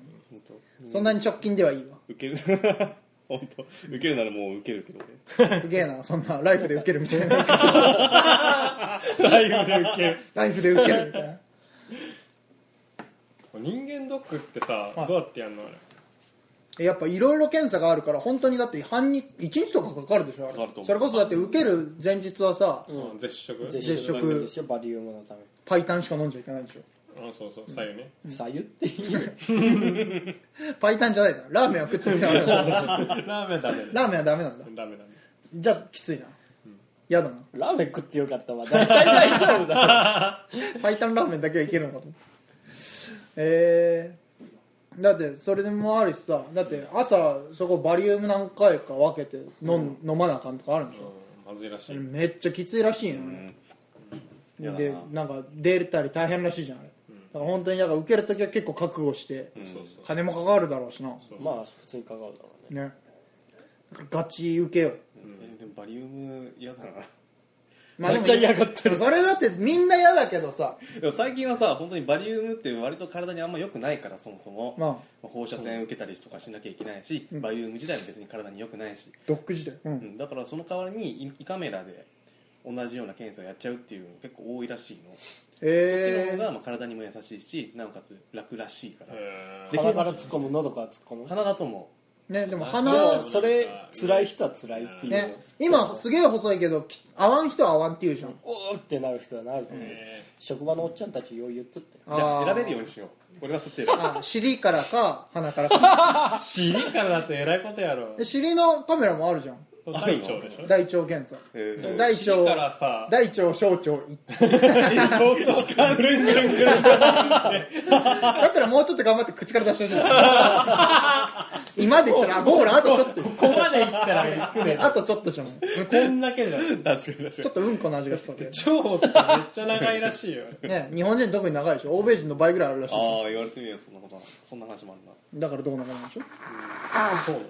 Speaker 2: うそんなに直近ではいいわ
Speaker 3: (laughs) 受ける本当受けるならもう受けるけどね
Speaker 2: すげえなそんなライフで受けるみたいなライフで受けるライフで受けるみたいな
Speaker 1: 人間ドックってさ
Speaker 2: はい
Speaker 1: どうやってやるのあれ
Speaker 2: やっぱいろいろ検査があるから本当にだって半日1日とかかかるでしょあれ
Speaker 3: かかると思う
Speaker 2: それこそだって受ける前日はさ
Speaker 1: うん絶食
Speaker 4: 絶
Speaker 2: 絶食
Speaker 4: 食でしょバリウムのため
Speaker 2: パイタンしか飲んじゃいけないでしょ
Speaker 1: うんそうそう左右ね
Speaker 4: さゆっていう (laughs)
Speaker 2: パイタンじゃないなラーメンは食ってるからラ
Speaker 1: ラーメンダメだ
Speaker 2: ーメンはダメなんだ
Speaker 1: ダメだね
Speaker 2: じゃあきついな嫌だな
Speaker 4: ラーメン食ってよかったわ大体大丈夫
Speaker 2: (laughs)
Speaker 4: だ
Speaker 2: パイタンラーメンだけはいけるのかと思ってえー、だってそれでもあるしさだって朝そこバリウム何回か分けて飲,、ん、飲まなあかんとかあるんでしょ、
Speaker 1: うんまずいらしい
Speaker 2: めっちゃきついらしいのね、
Speaker 3: やだな
Speaker 2: でなんか出たり大変らしいじゃんあれ、だから本当にだから受ける時は結構覚悟して、
Speaker 1: そうそう
Speaker 2: 金もかかるだろうしな
Speaker 4: まあ普通にかかるだろうね
Speaker 2: ねだからガチ受けよ
Speaker 3: えでもバリウム嫌だな
Speaker 2: まあでも
Speaker 4: めっちゃ嫌がってる
Speaker 2: それだってみんな嫌だけどさ
Speaker 3: でも最近はさ本当にバリウムって割と体にあんま良くないからそもそも、
Speaker 2: ま
Speaker 3: 放射線受けたりとかしなきゃいけないし、バリウム自体も別に体に良くないし、
Speaker 2: ドック時代う
Speaker 3: うんんだからその代わりに胃胃カメラで同じような検査をやっちゃうっていうの結構多いらしいの、そっ
Speaker 2: え
Speaker 3: ちの
Speaker 2: ー
Speaker 3: 方がまあ体にも優しいしなおかつ楽らしいから、
Speaker 1: へ
Speaker 3: でき
Speaker 4: 鼻
Speaker 3: れ
Speaker 4: から
Speaker 3: ば
Speaker 4: 突っ込む喉から突っ込む
Speaker 3: 鼻だと思
Speaker 2: ねでも
Speaker 4: で
Speaker 2: 鼻
Speaker 4: もそれ辛い人は辛いっていう、
Speaker 2: ね今すげえ細いけどき合わん人は合わんって言うじゃん
Speaker 4: おーってなる人はなるって、
Speaker 1: え
Speaker 4: 職場のおっちゃんたちよう言っとったよ
Speaker 3: うじゃ
Speaker 2: あー
Speaker 3: あ選べるようにしよう俺はそっち選ぶ
Speaker 2: あ尻からか鼻からか
Speaker 1: 尻からだってえらいことやろ
Speaker 2: で尻のカメラもあるじゃん
Speaker 1: 大腸でしょ
Speaker 2: 大腸検査
Speaker 3: えー
Speaker 2: 大腸
Speaker 1: 尻からさ
Speaker 2: 大腸小腸い
Speaker 1: 相当かるんるんるん
Speaker 2: だったらもうちょっと頑張って口から出してほしい今で言ったらあゴールあとちょっ
Speaker 1: (laughs)
Speaker 2: と
Speaker 1: ここまで行ったら行くでしょ
Speaker 2: あとちょっとじゃん
Speaker 1: こんだけじゃん
Speaker 3: 確かに確
Speaker 2: ちょっとうんこの味がしそうで、
Speaker 1: 腸ってめっちゃ長いらしいよ
Speaker 2: ね、日本人特に長いでしょ欧米人の倍ぐらいあるらしい
Speaker 3: あ
Speaker 2: でしょ
Speaker 3: あ言われてみればそんなことはそんな話もあるな
Speaker 2: だからどうなるんでしょ
Speaker 1: そうなん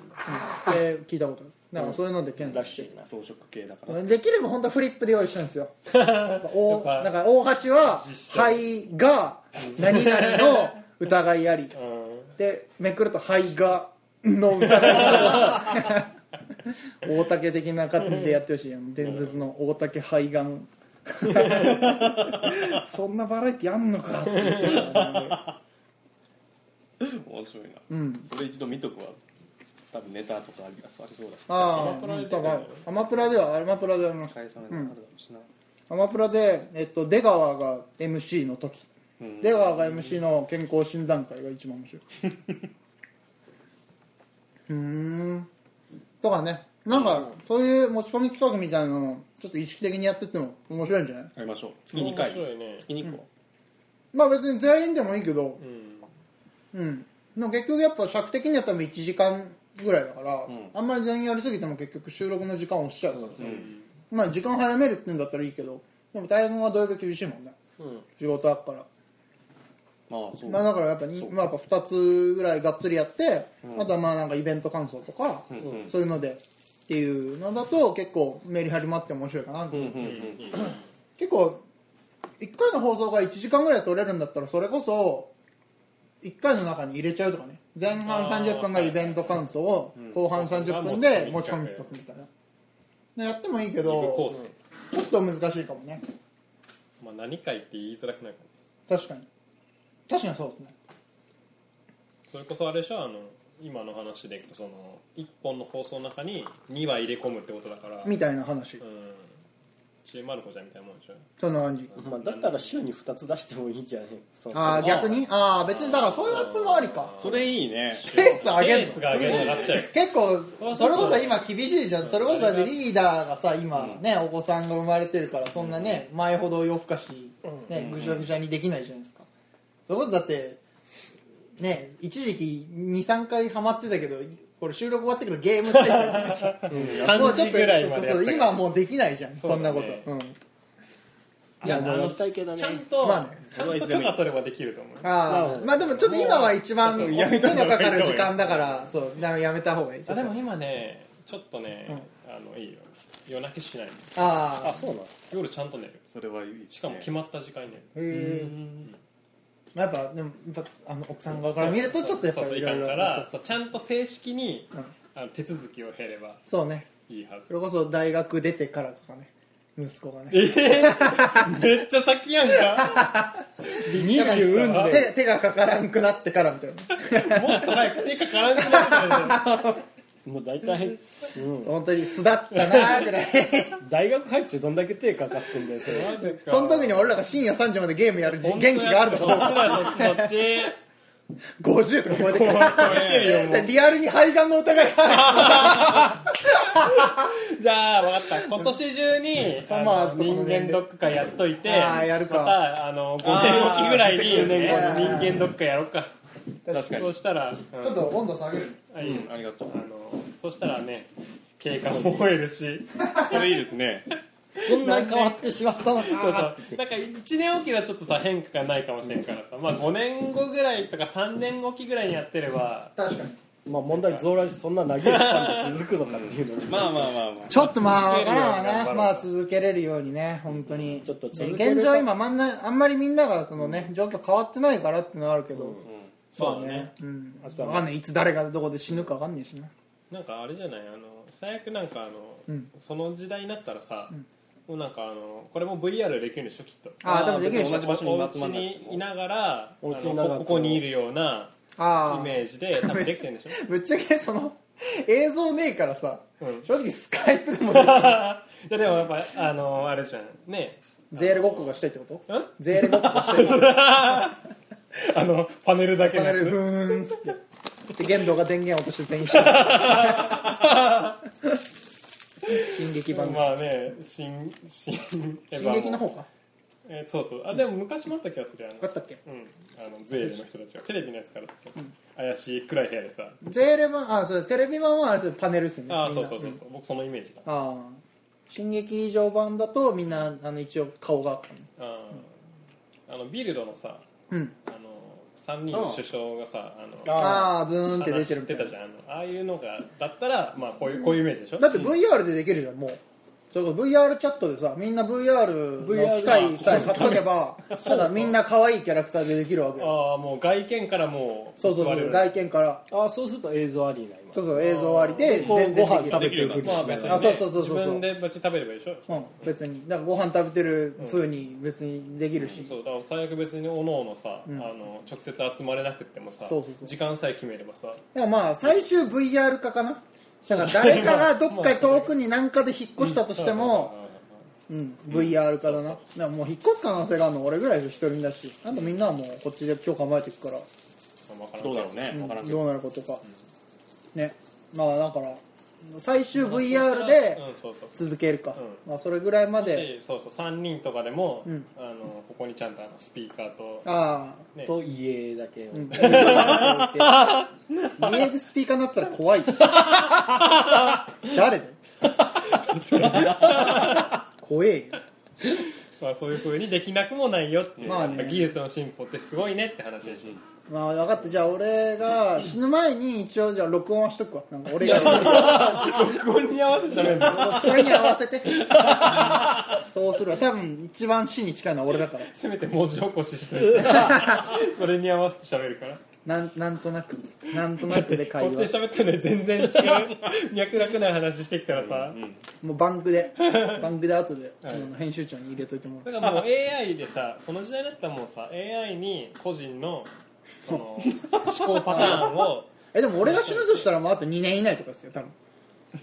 Speaker 1: だ
Speaker 2: えー聞いたことあるだからそういうので検査
Speaker 4: ら
Speaker 2: して
Speaker 4: しいな
Speaker 3: 装飾系だから
Speaker 2: できれば本当はフリップで用意した
Speaker 1: (laughs)
Speaker 2: んですよお
Speaker 1: やっぱ
Speaker 2: だから大橋は「肺が何々の疑いあり」でめくると「肺が
Speaker 1: (laughs)
Speaker 2: の疑いあり」大竹的な感じでやってほしいやん伝説の大竹肺
Speaker 1: (laughs)
Speaker 2: がんそんなバラエティあんのかって言って
Speaker 1: (laughs)
Speaker 2: るからね
Speaker 3: 面白いな、
Speaker 2: うん
Speaker 3: それ一度見とくわ多分ネタとかありあそうだし
Speaker 2: あ
Speaker 1: アマプラで出てる
Speaker 2: あアマプラではアマプラであります
Speaker 3: 返さないのあるだろうしな、
Speaker 2: アマプラで、えっと、出川が MC の時、出川が MC の健康診断会が一番面白い (laughs) うーんとかねなんかそういう持ち込み企画みたいなのをちょっと意識的にやってっても面白いんじゃない
Speaker 3: やりましょう月2回
Speaker 1: 面白いね
Speaker 3: 月2個、
Speaker 2: まあ別に全員でもいいけど
Speaker 1: うん
Speaker 2: うんでも結局やっぱ尺的には多分1時間ぐらいだから、あんまり全員やりすぎても結局収録の時間を押しちゃうからさ、まあ時間早めるって言うんだったらいいけどでも大変はどういう厳しいもんね、仕事あっから
Speaker 3: まあそう
Speaker 2: まあだからやっぱに、まあ、やっぱ2つぐらいがっつりやって、あとはまあなんかイベント感想とか、そういうのでっていうのだと結構メリハリもあって面白いかな、結構1回の放送が1時間ぐらい取れるんだったらそれこそ1回の中に入れちゃうとかね前半30分がイベント感想を後半30分で持ち込み企画みたいなねやってもいいけ
Speaker 1: 肉構
Speaker 2: ど
Speaker 1: 成
Speaker 2: ちょっと難しいかもね
Speaker 1: まあ何回って言いづらくないかも
Speaker 2: 確かに確かにそうですね
Speaker 1: それこそあれでしょあの今の話でいくとその1本の放送の中に2話入れ込むってことだから
Speaker 2: みたいな話
Speaker 1: うんちえまる子ちゃんみたいなもんでしょ
Speaker 2: そんな感じ
Speaker 4: まあ、だったら週に2つ出してもいいじゃねえ
Speaker 2: ああ逆にああ別にだからそういうアップもありか
Speaker 3: それいいね
Speaker 2: ペース上げ
Speaker 1: ペー
Speaker 2: るの
Speaker 1: スが上げ上がっちゃうよ
Speaker 2: 結構それこそ今厳しいじゃんそれこそだってリーダーがさ今ねお子さんが生まれてるからそんなね前ほど夜更かしねぐしゃぐしゃにできないじゃないですかそれこそだってね一時期23回ハマってたけどこれ収録終わってくるゲームって
Speaker 1: (laughs)
Speaker 2: も
Speaker 1: 3
Speaker 2: うちょっ
Speaker 1: 時
Speaker 2: と
Speaker 1: ぐらいまでや
Speaker 2: そう
Speaker 1: った
Speaker 2: そう今はもうできないじゃんそ,、んなこと、
Speaker 1: そう
Speaker 2: うん
Speaker 4: いやもうやりたいけどね
Speaker 1: ちゃんと、
Speaker 2: まあね
Speaker 1: ちゃんと許可取ればできると思う
Speaker 2: ああまあでもちょっと今は一番手のかかる時間だからそうやめた方がいいちょ
Speaker 1: あ
Speaker 2: っと
Speaker 1: でも今ねちょっとね、あのいいよ夜泣きしないの
Speaker 2: ああ
Speaker 4: あそうなの
Speaker 1: 夜ちゃんと寝る
Speaker 3: それはいい
Speaker 1: しかも決まった時間に寝る
Speaker 2: やっぱでもやっぱあの奥さん側から見るとちょっとやっぱ
Speaker 1: そうそう
Speaker 2: りい
Speaker 1: いか
Speaker 2: ろい
Speaker 1: ん
Speaker 2: ろ
Speaker 1: からそうちゃんと正式に、
Speaker 2: うん
Speaker 1: あの手続きを経れば
Speaker 2: そうね
Speaker 1: いいはず
Speaker 2: それこそ大学出てからとかね息子がね
Speaker 4: えーめっちゃ先やん
Speaker 1: (laughs)
Speaker 4: かで
Speaker 2: だから
Speaker 4: 20運で
Speaker 2: 手手がかからんくなってからみたいな
Speaker 4: もっと早く手かからんくなるからもう大体、うん、
Speaker 2: 本当に巣だったなーぐらい
Speaker 4: 大学入ってどんだけ手かかってんだよそれ
Speaker 1: マジか
Speaker 2: その時に俺らが深夜3時までゲームやるじ元気があるとか
Speaker 4: そっちだよそっちそっち
Speaker 2: 50とか超えてくる
Speaker 1: えてるよも
Speaker 2: リアルに肺がんの疑いがあ
Speaker 4: じゃあ分かった今年中に
Speaker 2: そう
Speaker 4: あの
Speaker 2: まあ
Speaker 4: 人間ドック会やっといて
Speaker 2: あーやるか
Speaker 4: またあの5年おきぐらいに
Speaker 2: あー
Speaker 4: 年後に
Speaker 2: あー
Speaker 4: 人間ドック会やろうか
Speaker 2: る確
Speaker 4: そうしたら、うん
Speaker 2: ちょっと温度下げる
Speaker 4: はい
Speaker 3: うんありがとう
Speaker 4: あのそうしたらね経過も覚えるし
Speaker 3: それいいです
Speaker 1: (laughs)
Speaker 3: ね
Speaker 4: こんなに変わってしまったのか
Speaker 3: そう
Speaker 4: なんか1年おきはちょっとさ変化がないかもしれんからさ、まあ、5年後ぐらいとか3年おきぐらいにやってれば
Speaker 2: 確かに
Speaker 4: まあ問題増来しそんな長いスパンで続くのかっていうの
Speaker 3: まあまあまあまあ
Speaker 2: ちょっとまあわからんわ
Speaker 4: 頑張ろ
Speaker 2: な
Speaker 4: う
Speaker 2: まあ続けれるようにね本当に
Speaker 4: ちょっと続ければ
Speaker 2: 現状今まんなあんまりみんながそのね状況変わってないからってのはあるけど
Speaker 4: そうだね
Speaker 2: うん
Speaker 4: あ
Speaker 2: わ
Speaker 4: とは
Speaker 2: かんないいつ誰がどこで死ぬかわかんないしな
Speaker 1: なんかあれじゃないあの最悪なんかあの、
Speaker 2: うん
Speaker 1: その時代になったらさ、もうなんかあのこれも VR できるんでしょきっと
Speaker 2: ああでもできるでし
Speaker 3: 同じ
Speaker 2: ょ
Speaker 3: 場所
Speaker 1: お
Speaker 3: に
Speaker 1: 家
Speaker 3: 集まんなくて
Speaker 1: にいながら
Speaker 4: お家
Speaker 1: あ
Speaker 4: にいながら
Speaker 1: のこここにいるようなイ
Speaker 2: あ
Speaker 1: メ
Speaker 2: あ
Speaker 1: ージで多分できてるんでしょ (laughs)
Speaker 2: ぶっちゃけその映像ねえからさ
Speaker 1: うん
Speaker 2: 正直スカイプで
Speaker 4: (laughs)
Speaker 2: もね
Speaker 1: いやでもやっぱあのあれじゃんね
Speaker 2: ゼールごっこがしたいってこと
Speaker 1: ん
Speaker 2: ゼールごっこがしたいってこと
Speaker 1: あのパネルだけ
Speaker 2: パ
Speaker 1: の
Speaker 2: ネ
Speaker 1: や
Speaker 2: ル
Speaker 1: つ
Speaker 2: ブーンっつってで玄度が電源落として全員
Speaker 4: (laughs)
Speaker 2: 死ぬ進撃版です
Speaker 1: まあね新新エヴ
Speaker 2: 進
Speaker 1: ァ
Speaker 2: 撃の
Speaker 1: も
Speaker 2: 方か
Speaker 1: えーそうそうあでも昔もあった気がするあ
Speaker 2: 分か
Speaker 1: の
Speaker 2: ったっけ
Speaker 1: うんあのゼールの人たちがテレビのやつからあった気がする怪しい暗い部屋でさ
Speaker 2: ゼーレ版あそうテレビ版はあれですよパネルですよね
Speaker 1: ああ
Speaker 2: みん
Speaker 1: そ
Speaker 2: な
Speaker 1: うそうそうそう僕そのイメージだ
Speaker 2: ああ進撃以上版だとみんなあの一応顔が
Speaker 1: あーあのビルドのさ
Speaker 2: うん
Speaker 1: あの3人の首相がさあの
Speaker 2: ああブーンって出
Speaker 1: 話
Speaker 2: てる
Speaker 1: して
Speaker 2: みたいな
Speaker 1: たじゃんあのああいうのがだったらまあこういうこういうイメージでしょ
Speaker 2: だって VR でできるじゃんもうそれこそ VR チャットでさみんな VR の機械さえ買っとけばただみんな可愛いキャラクターでできるわけよ
Speaker 1: ああもう外見からもう
Speaker 2: そうそう
Speaker 1: 座
Speaker 2: そ
Speaker 1: れ
Speaker 2: う
Speaker 1: る
Speaker 2: 外見から
Speaker 4: ああそうすると映像ありになります
Speaker 2: そうそう映像ありで
Speaker 4: こう
Speaker 2: 全然
Speaker 4: ご飯
Speaker 2: できる
Speaker 4: 食べてるふり
Speaker 1: まあ
Speaker 4: しな
Speaker 1: 別に、
Speaker 4: がら
Speaker 1: ね、
Speaker 2: あそうそうそうそう
Speaker 1: 自分で別に食べればいいでしょ、
Speaker 2: うん別にだからご飯食べてる風に別にできるし、
Speaker 1: そうだから最悪別におのおのさ、あの直接集まれなくってもさ
Speaker 2: そうそうそう
Speaker 1: 時間さえ決めればさ
Speaker 2: でもまあ最終 VR 化かなだから誰かがどっか遠くに何かで引っ越したとしても、うん、VR 化だな、でももう引っ越す可能性があるの俺ぐらいでしょ一人だしあとみんなはもうこっちで今日構えていくから
Speaker 1: まあわからん
Speaker 3: どうだろうね分からんけど
Speaker 2: どうなることか、ねまあだから最終 VR で
Speaker 1: うんそうそう
Speaker 2: 続けるか、
Speaker 1: う
Speaker 2: まあ、それぐらいまで
Speaker 1: しそうそう3人とかでも、
Speaker 2: うん
Speaker 1: あのここにちゃんとあのスピーカーと
Speaker 2: ああ
Speaker 1: ね
Speaker 4: と家だけを、
Speaker 2: うん家でスピーカーになったら (laughs) 怖いよ (laughs) 誰だよ怖えよ
Speaker 1: まあ、そういうふうにできなくもないよっていう、
Speaker 2: まあね
Speaker 1: 技術の進歩ってすごいねって話でしょ、
Speaker 2: まあ分かったじゃあ俺が死ぬ前に一応じゃあ録音はしとくわなんか俺が
Speaker 1: (laughs) 録音に合わせて喋るの
Speaker 2: それに合わ
Speaker 1: (laughs)
Speaker 2: せてそうするわ多分一番死に近いのは俺だから
Speaker 1: せめて文字起こししと
Speaker 2: (laughs)
Speaker 1: いてそれに合わせて喋るから
Speaker 2: なんなんとなくなんとなくで
Speaker 1: こ
Speaker 2: 会
Speaker 1: っちで
Speaker 2: 話
Speaker 1: 喋ってるのに全然違う脈絡ない話してきたらさ、
Speaker 2: もうバンクでバンクで後でその編集長に入れといてもらう
Speaker 1: だからもう AI でさその時代だったらもうさ AI に個人のその思考パターンを
Speaker 2: えでも俺が死ぬとしたらもうあと2年以内とかですよ多分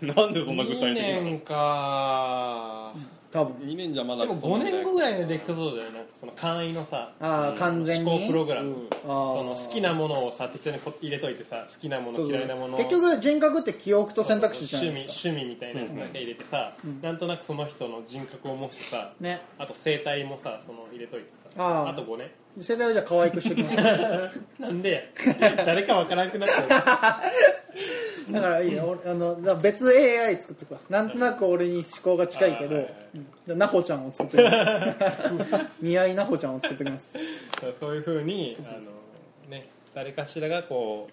Speaker 3: なん (laughs) (laughs) でそんな具
Speaker 1: 2
Speaker 3: 体的なの
Speaker 1: 年か
Speaker 2: 多分
Speaker 3: 2年じゃまだ
Speaker 1: でも5年後ぐらいでできたそうだよねなんかその簡易のさ
Speaker 2: ああ完全に
Speaker 1: 思考プログラム、そ
Speaker 2: あー
Speaker 1: の好きなものをさ適当にこ入れといてさ好きなもの
Speaker 2: そうそう
Speaker 1: 嫌いなものを
Speaker 2: 結局人格って記憶と選択肢じゃな
Speaker 1: 趣
Speaker 2: い
Speaker 1: 味
Speaker 2: ですか
Speaker 1: 趣味みたいなやつだけ入れてさ、なんとなくその人の人格を模してさ、
Speaker 2: ね
Speaker 1: あと生態もさその入れといてさ
Speaker 2: あ
Speaker 1: あ
Speaker 2: ー
Speaker 1: と5年
Speaker 2: 世代はじゃあ可愛くしてきますだ
Speaker 1: なんで誰かわからなくなっちゃ
Speaker 2: からいいよ俺あのだから別 AI 作ってくわなんとなく俺に思考が近いけど
Speaker 1: あーはいはいはい
Speaker 2: うんじゃあナホちゃんを作ってくわ見合いナホちゃんを作ってきます
Speaker 1: (laughs) うそういうふうにあのね誰かしらがこ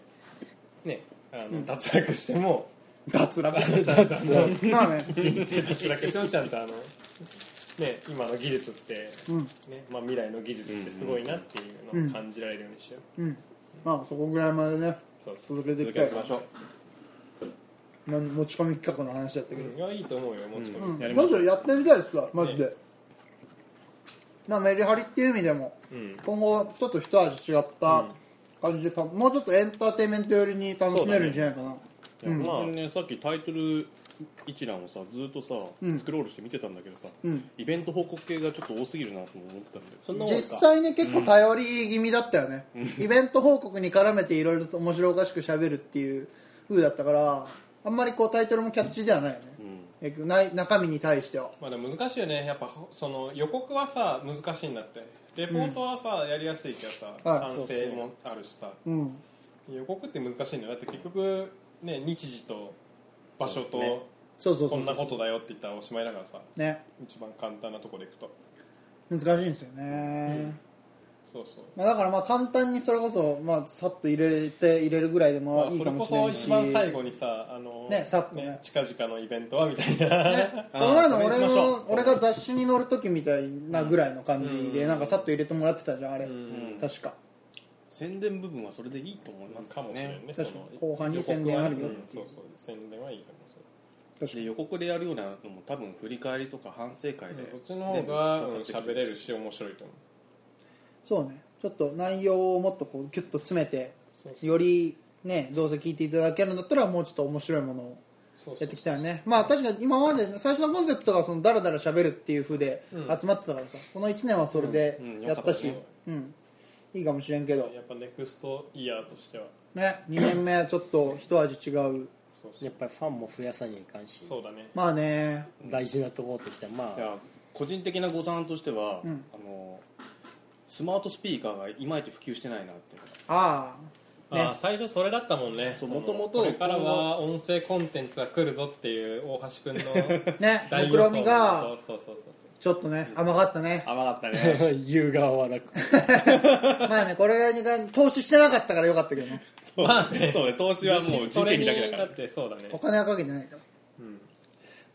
Speaker 1: うねあの、脱落しても
Speaker 2: 脱落
Speaker 1: ちゃんとあの
Speaker 2: まあね
Speaker 1: 人生脱落してもちゃんとあのね今の技術って、
Speaker 2: うん
Speaker 1: ねまあ、未来の技術ってすごいなっていうのを感じられるようにしよう、
Speaker 2: うんまあそこぐらいまでね
Speaker 1: そう
Speaker 2: 続けてい
Speaker 3: 続
Speaker 2: き
Speaker 3: け
Speaker 2: た
Speaker 3: て
Speaker 2: い
Speaker 3: いきましょう
Speaker 2: なん持ち込み企画の話だったけど
Speaker 1: いやいいと思うよもちろん、
Speaker 2: うん
Speaker 3: やりま
Speaker 2: マ
Speaker 3: しょう
Speaker 2: ジでやってみたいですわマジで、なメリハリっていう意味でも
Speaker 1: うん
Speaker 2: 今後ちょっと一味違った感じでたもうちょっとエンターテインメント寄りに楽しめるんじゃないかな、
Speaker 3: いや
Speaker 2: うん
Speaker 3: 本当にねさっきタイトル一覧をさずっとさ、
Speaker 2: ん
Speaker 3: スクロールして見てたんだけどさ、
Speaker 2: うん
Speaker 3: イベント報告系がちょっと多すぎるなとも思ったんだ
Speaker 4: そ
Speaker 3: よ
Speaker 4: んなもん
Speaker 2: 実
Speaker 4: か
Speaker 2: 際ね結構頼り気味だったよね、イベント報告に絡めていろいろと面白おかしく喋るっていう風だったからあんまりこうタイトルもキャッチではないよね、結局ない中身に対しては
Speaker 1: まあでも難しいよねやっぱその予告はさ難しいんだってレポートはさ、やりやすいけどさ
Speaker 2: はい
Speaker 1: 完成もあるしさ
Speaker 2: うん
Speaker 1: 予告って難しいんだよだって結局ね日時と場所
Speaker 3: そうですね
Speaker 1: と
Speaker 2: そうそう
Speaker 1: こ
Speaker 2: そうん
Speaker 1: なことだよって言ったらおしまいだからさ
Speaker 2: ね
Speaker 1: 一番簡単なとこでいくと
Speaker 2: 難しいんですよね、
Speaker 1: そうそう
Speaker 2: まあ、だからまあ簡単にそれこそ、まあ、さっと入れて入れるぐらいで
Speaker 1: まあ
Speaker 2: もいい
Speaker 1: そ
Speaker 2: か
Speaker 1: れこ
Speaker 2: もしれ
Speaker 1: そ
Speaker 2: ないし、
Speaker 1: 一番最後にさあの
Speaker 2: ねさっとね
Speaker 1: 近々のイベントはみたいな
Speaker 2: ね、
Speaker 1: (laughs)
Speaker 3: あ
Speaker 2: こ
Speaker 3: ー
Speaker 2: の前の
Speaker 3: それ
Speaker 2: 俺
Speaker 3: にしましょ
Speaker 2: の俺が雑誌に載る時みたいなぐらいの感じで、
Speaker 1: うん
Speaker 2: なんかさっと入れてもらってたじゃんあれ、
Speaker 1: うん
Speaker 2: 確か
Speaker 3: 宣伝部分はそれでいいと思います
Speaker 1: かもしれないね
Speaker 2: 確か
Speaker 1: その
Speaker 2: に後半に宣伝あるよってい
Speaker 1: そううそう宣伝はいいと思うそ
Speaker 3: で予告でやるようなのも多分振り返りとか反省会で、
Speaker 1: れそっちの方がうん喋れるし面白いと思う
Speaker 2: そうねちょっと内容をもっとこうギュッと詰めて
Speaker 1: そうそ
Speaker 2: よりねどうせ聞いていただけるんだったらもうちょっと面白いものを
Speaker 1: そうそう
Speaker 2: やっていきたいよねまあ確かに今まで最初のコンセプトがそのダラダラ喋るっていう風で集まってたからさ、この1年はそれで
Speaker 3: うんうん
Speaker 2: やったし、
Speaker 3: よ
Speaker 2: う
Speaker 3: か
Speaker 2: ん
Speaker 3: っ
Speaker 2: いいかもしれんけど
Speaker 1: やっぱネクストイヤーとしては
Speaker 2: ね2年目はちょっと一味違う
Speaker 1: そうそ
Speaker 4: や
Speaker 1: う
Speaker 4: っぱりファンも増やさにはいかんし
Speaker 1: そうだね
Speaker 2: まあね
Speaker 4: 大事なところとしてはま
Speaker 3: い
Speaker 4: あ
Speaker 3: や個人的な誤算としては、
Speaker 2: ん
Speaker 3: あのスマートスピーカーがいまいち普及してないなっていう
Speaker 2: ああね
Speaker 1: あー最初それだったもんね
Speaker 3: そう
Speaker 1: その
Speaker 3: 元々
Speaker 1: これからは音声コンテンツが来るぞっていう大橋くんの
Speaker 2: ね
Speaker 1: 大
Speaker 2: 目論み
Speaker 1: そう
Speaker 2: が
Speaker 1: そうそうそう
Speaker 2: ちょっとね甘かったね
Speaker 3: 甘かったね
Speaker 4: 優雅は楽
Speaker 2: まあねこれに関投資してなかったからよかったけどね
Speaker 3: (laughs) そう,、そうね投資はもう人件費だけだか
Speaker 1: だ
Speaker 3: ら
Speaker 1: ってそうだね
Speaker 2: お金はかけてないから
Speaker 1: うん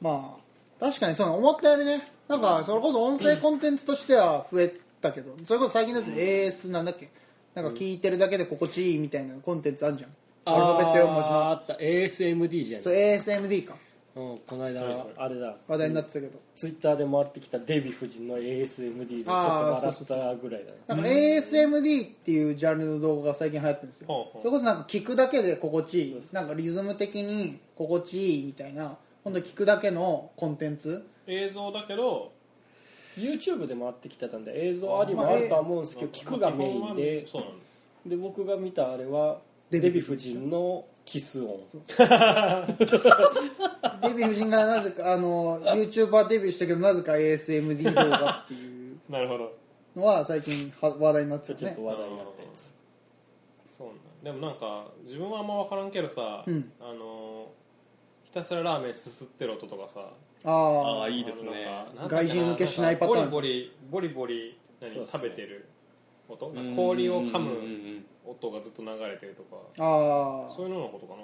Speaker 2: まあ確かにその思ったよりねなんかそれこそ音声コンテンツとしては増えたけど、それこそ最近だと AS なんだっけなんか聞いてるだけで心地いいみたいなコンテンツあるじゃんアルファベット4文字
Speaker 4: あ
Speaker 2: の
Speaker 4: った ASMD じゃ
Speaker 2: そ
Speaker 4: な
Speaker 2: う
Speaker 4: い、
Speaker 2: ASMD か
Speaker 4: うん、この間あれだ
Speaker 2: 話題になってたけど、
Speaker 4: ツイッターで回ってきたデヴィ夫人の ASMD でちょっと
Speaker 2: あー
Speaker 4: 笑ったぐらいだね
Speaker 2: なんか ASMD っていうジャンルの動画が最近流行ってるんですよ、
Speaker 1: ほうほう
Speaker 2: それこそなんか聞くだけで心地いいなんかリズム的に心地いいみたいなほんと聞くだけのコンテンツ
Speaker 1: 映像だけど
Speaker 4: YouTube で回ってきてたんで映像ありもあるとは思うんですけど聞くがメインで
Speaker 1: そうなんだ
Speaker 4: で僕が見たあれはデ
Speaker 2: デヴ
Speaker 4: ヴィ
Speaker 2: ィ
Speaker 4: 夫
Speaker 2: 夫
Speaker 4: 人のキス音
Speaker 2: デヴィ夫人がなぜかあの YouTuber デビューしたけどなぜか ASMD 動画っていう
Speaker 1: なるほど
Speaker 2: の
Speaker 4: (laughs)
Speaker 2: は最近は話題になってた
Speaker 4: ちょっ
Speaker 2: ね
Speaker 4: と話題になったやつ
Speaker 1: そうなんだでもなんか自分はあんま分からんけどさ、
Speaker 2: うん
Speaker 1: あのひたすらラーメンすすってろ音とかさ
Speaker 3: あ
Speaker 2: あ
Speaker 3: あ
Speaker 2: あ
Speaker 3: いいですね
Speaker 1: あのなんかなんだっけ
Speaker 2: 外人受けしないパターン
Speaker 1: ボリボリボリボリ何
Speaker 4: そうですね
Speaker 1: 食べてる音なんか氷を噛
Speaker 3: うんうん
Speaker 1: む
Speaker 3: うんうん
Speaker 1: 音がずっと流れてるとか
Speaker 2: あ
Speaker 1: そういうののことかな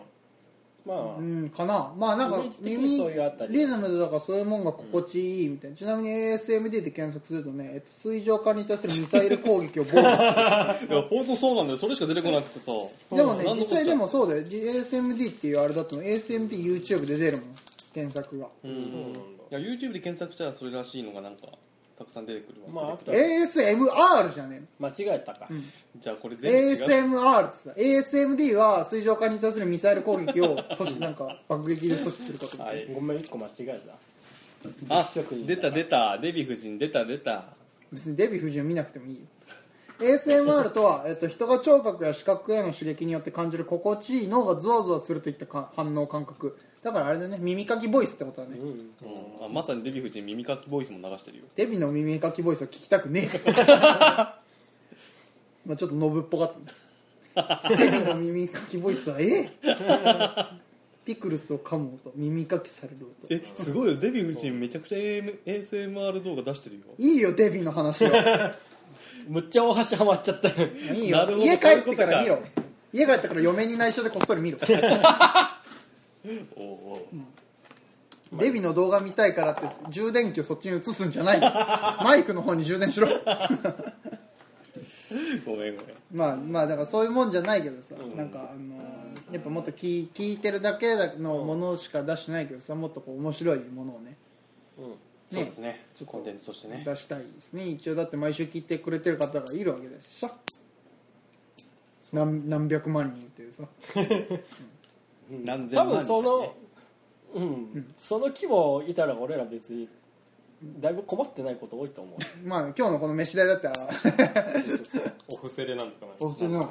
Speaker 4: まあ、
Speaker 2: あうんかなまあなんか
Speaker 4: イメージ的に
Speaker 2: 耳
Speaker 4: そういうあたり
Speaker 2: リズムだからそういうもんが心地いいみたいな、ちなみに ASMD で検索するとね、えっと、水上化に対するミサイル攻撃を防御
Speaker 4: (laughs)
Speaker 3: いや本当そうなんだよそれしか出てこなくてさ
Speaker 2: でもね
Speaker 3: 何の
Speaker 2: 実
Speaker 3: こっちゃ
Speaker 2: 際でもそうだよ ASMD っていうあれだと ASMDYouTube で出るもん検索が、
Speaker 3: うん
Speaker 1: そうなんだ
Speaker 3: いや YouTube で検索したらそれらしいのがなんかたくさん出てくるわ、
Speaker 4: まああとは
Speaker 2: ASMR じゃね
Speaker 4: 間違えたか、
Speaker 3: じゃあこれ
Speaker 2: え
Speaker 3: 全
Speaker 2: の
Speaker 3: 部違う、
Speaker 2: ASMR ってさ ASMD は水上化に対するミサイル攻撃を阻止なんか爆撃で阻止することみたいな
Speaker 4: ごめん一個間違えた
Speaker 3: あ
Speaker 4: 実食に
Speaker 3: 出た出たデヴィ夫人出た出た
Speaker 2: 別にデヴィ夫人を見なくてもいいよ ASMR とは、えっと、人が聴覚や視覚への刺激によって感じる心地いい脳がゾワゾワするといったか反応感覚だからあれだね耳かきボイスってことだね、
Speaker 3: うんあまさにデヴィ夫人耳かきボイスも流してるよ
Speaker 2: デビの耳かきボイスは聞きたくねえ
Speaker 3: (laughs)
Speaker 2: まあちょっとノブっぽかったねデビの耳かきボイスはえ
Speaker 3: (laughs)
Speaker 2: えピクルスを噛む音耳かきされる音
Speaker 3: えすごいよデヴィ夫人めちゃくちゃ AM ASMR 動画出してるよ
Speaker 2: いいよデビの
Speaker 3: (laughs)
Speaker 2: 話は
Speaker 4: むっちゃ大橋ハマっちゃったよ
Speaker 2: いい
Speaker 3: な
Speaker 2: よ
Speaker 3: るほど
Speaker 2: 家帰ってから見
Speaker 3: そういう
Speaker 2: ろ家帰ってから嫁に内緒でこっそり
Speaker 3: (laughs)
Speaker 2: 見ろ
Speaker 3: おうおう
Speaker 2: デビの動画見たいからって充電器をそっちに移すんじゃ
Speaker 3: (laughs)
Speaker 2: ないよマイクの方に充電しろ
Speaker 3: ごめんごめん
Speaker 2: まあまあだからそういうもんじゃないけどさ、なんかあのーやっぱもっと聞い聞いてるだけのものしか出してないけどさもっとこう面白いものをね
Speaker 4: うん
Speaker 2: ね
Speaker 4: そうですねコンテンツとしてね
Speaker 2: 出したいですね一応だって毎週聞いてくれてる方がいるわけでしょ何何百万人っていうさ
Speaker 3: 何千
Speaker 4: 多
Speaker 3: 万
Speaker 4: 分そ
Speaker 3: でし
Speaker 4: の、うん、その規模いたら俺ら別にだいぶ困ってないこと多いと思う
Speaker 2: まあ、ね、今日のこの飯代だったら
Speaker 1: お布施でなんとかな
Speaker 2: お普通の
Speaker 1: る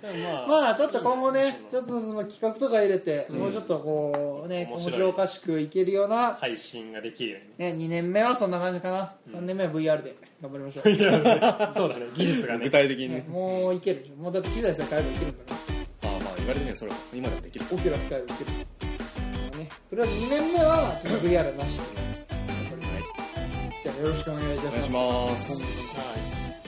Speaker 1: でもまあ、
Speaker 2: まあちょっと今後ねちょっとその企画とか入れて、もうちょっとこうね面
Speaker 1: 面
Speaker 2: 白
Speaker 1: 白い
Speaker 2: おかしくいけるような、
Speaker 1: 配信ができるように
Speaker 2: ね、2年目はそんな感じかな、3年目は VR で頑張りまし
Speaker 1: (laughs)
Speaker 2: ょ
Speaker 1: いやねそうだね技術
Speaker 3: た
Speaker 1: が
Speaker 3: ね具
Speaker 1: ね
Speaker 3: 体的に
Speaker 2: う、ね
Speaker 3: ね、
Speaker 2: もういけるでしょもうだって機材さえ買えばいけるんだから
Speaker 3: まあまあ言われてみればそれは今でもできる
Speaker 2: オキュラス買えばいけるからねとりあえず2年目はちょっと VR なしで、じゃあよろしくお願いいたし
Speaker 3: お願いし
Speaker 2: ます
Speaker 3: ます
Speaker 1: はい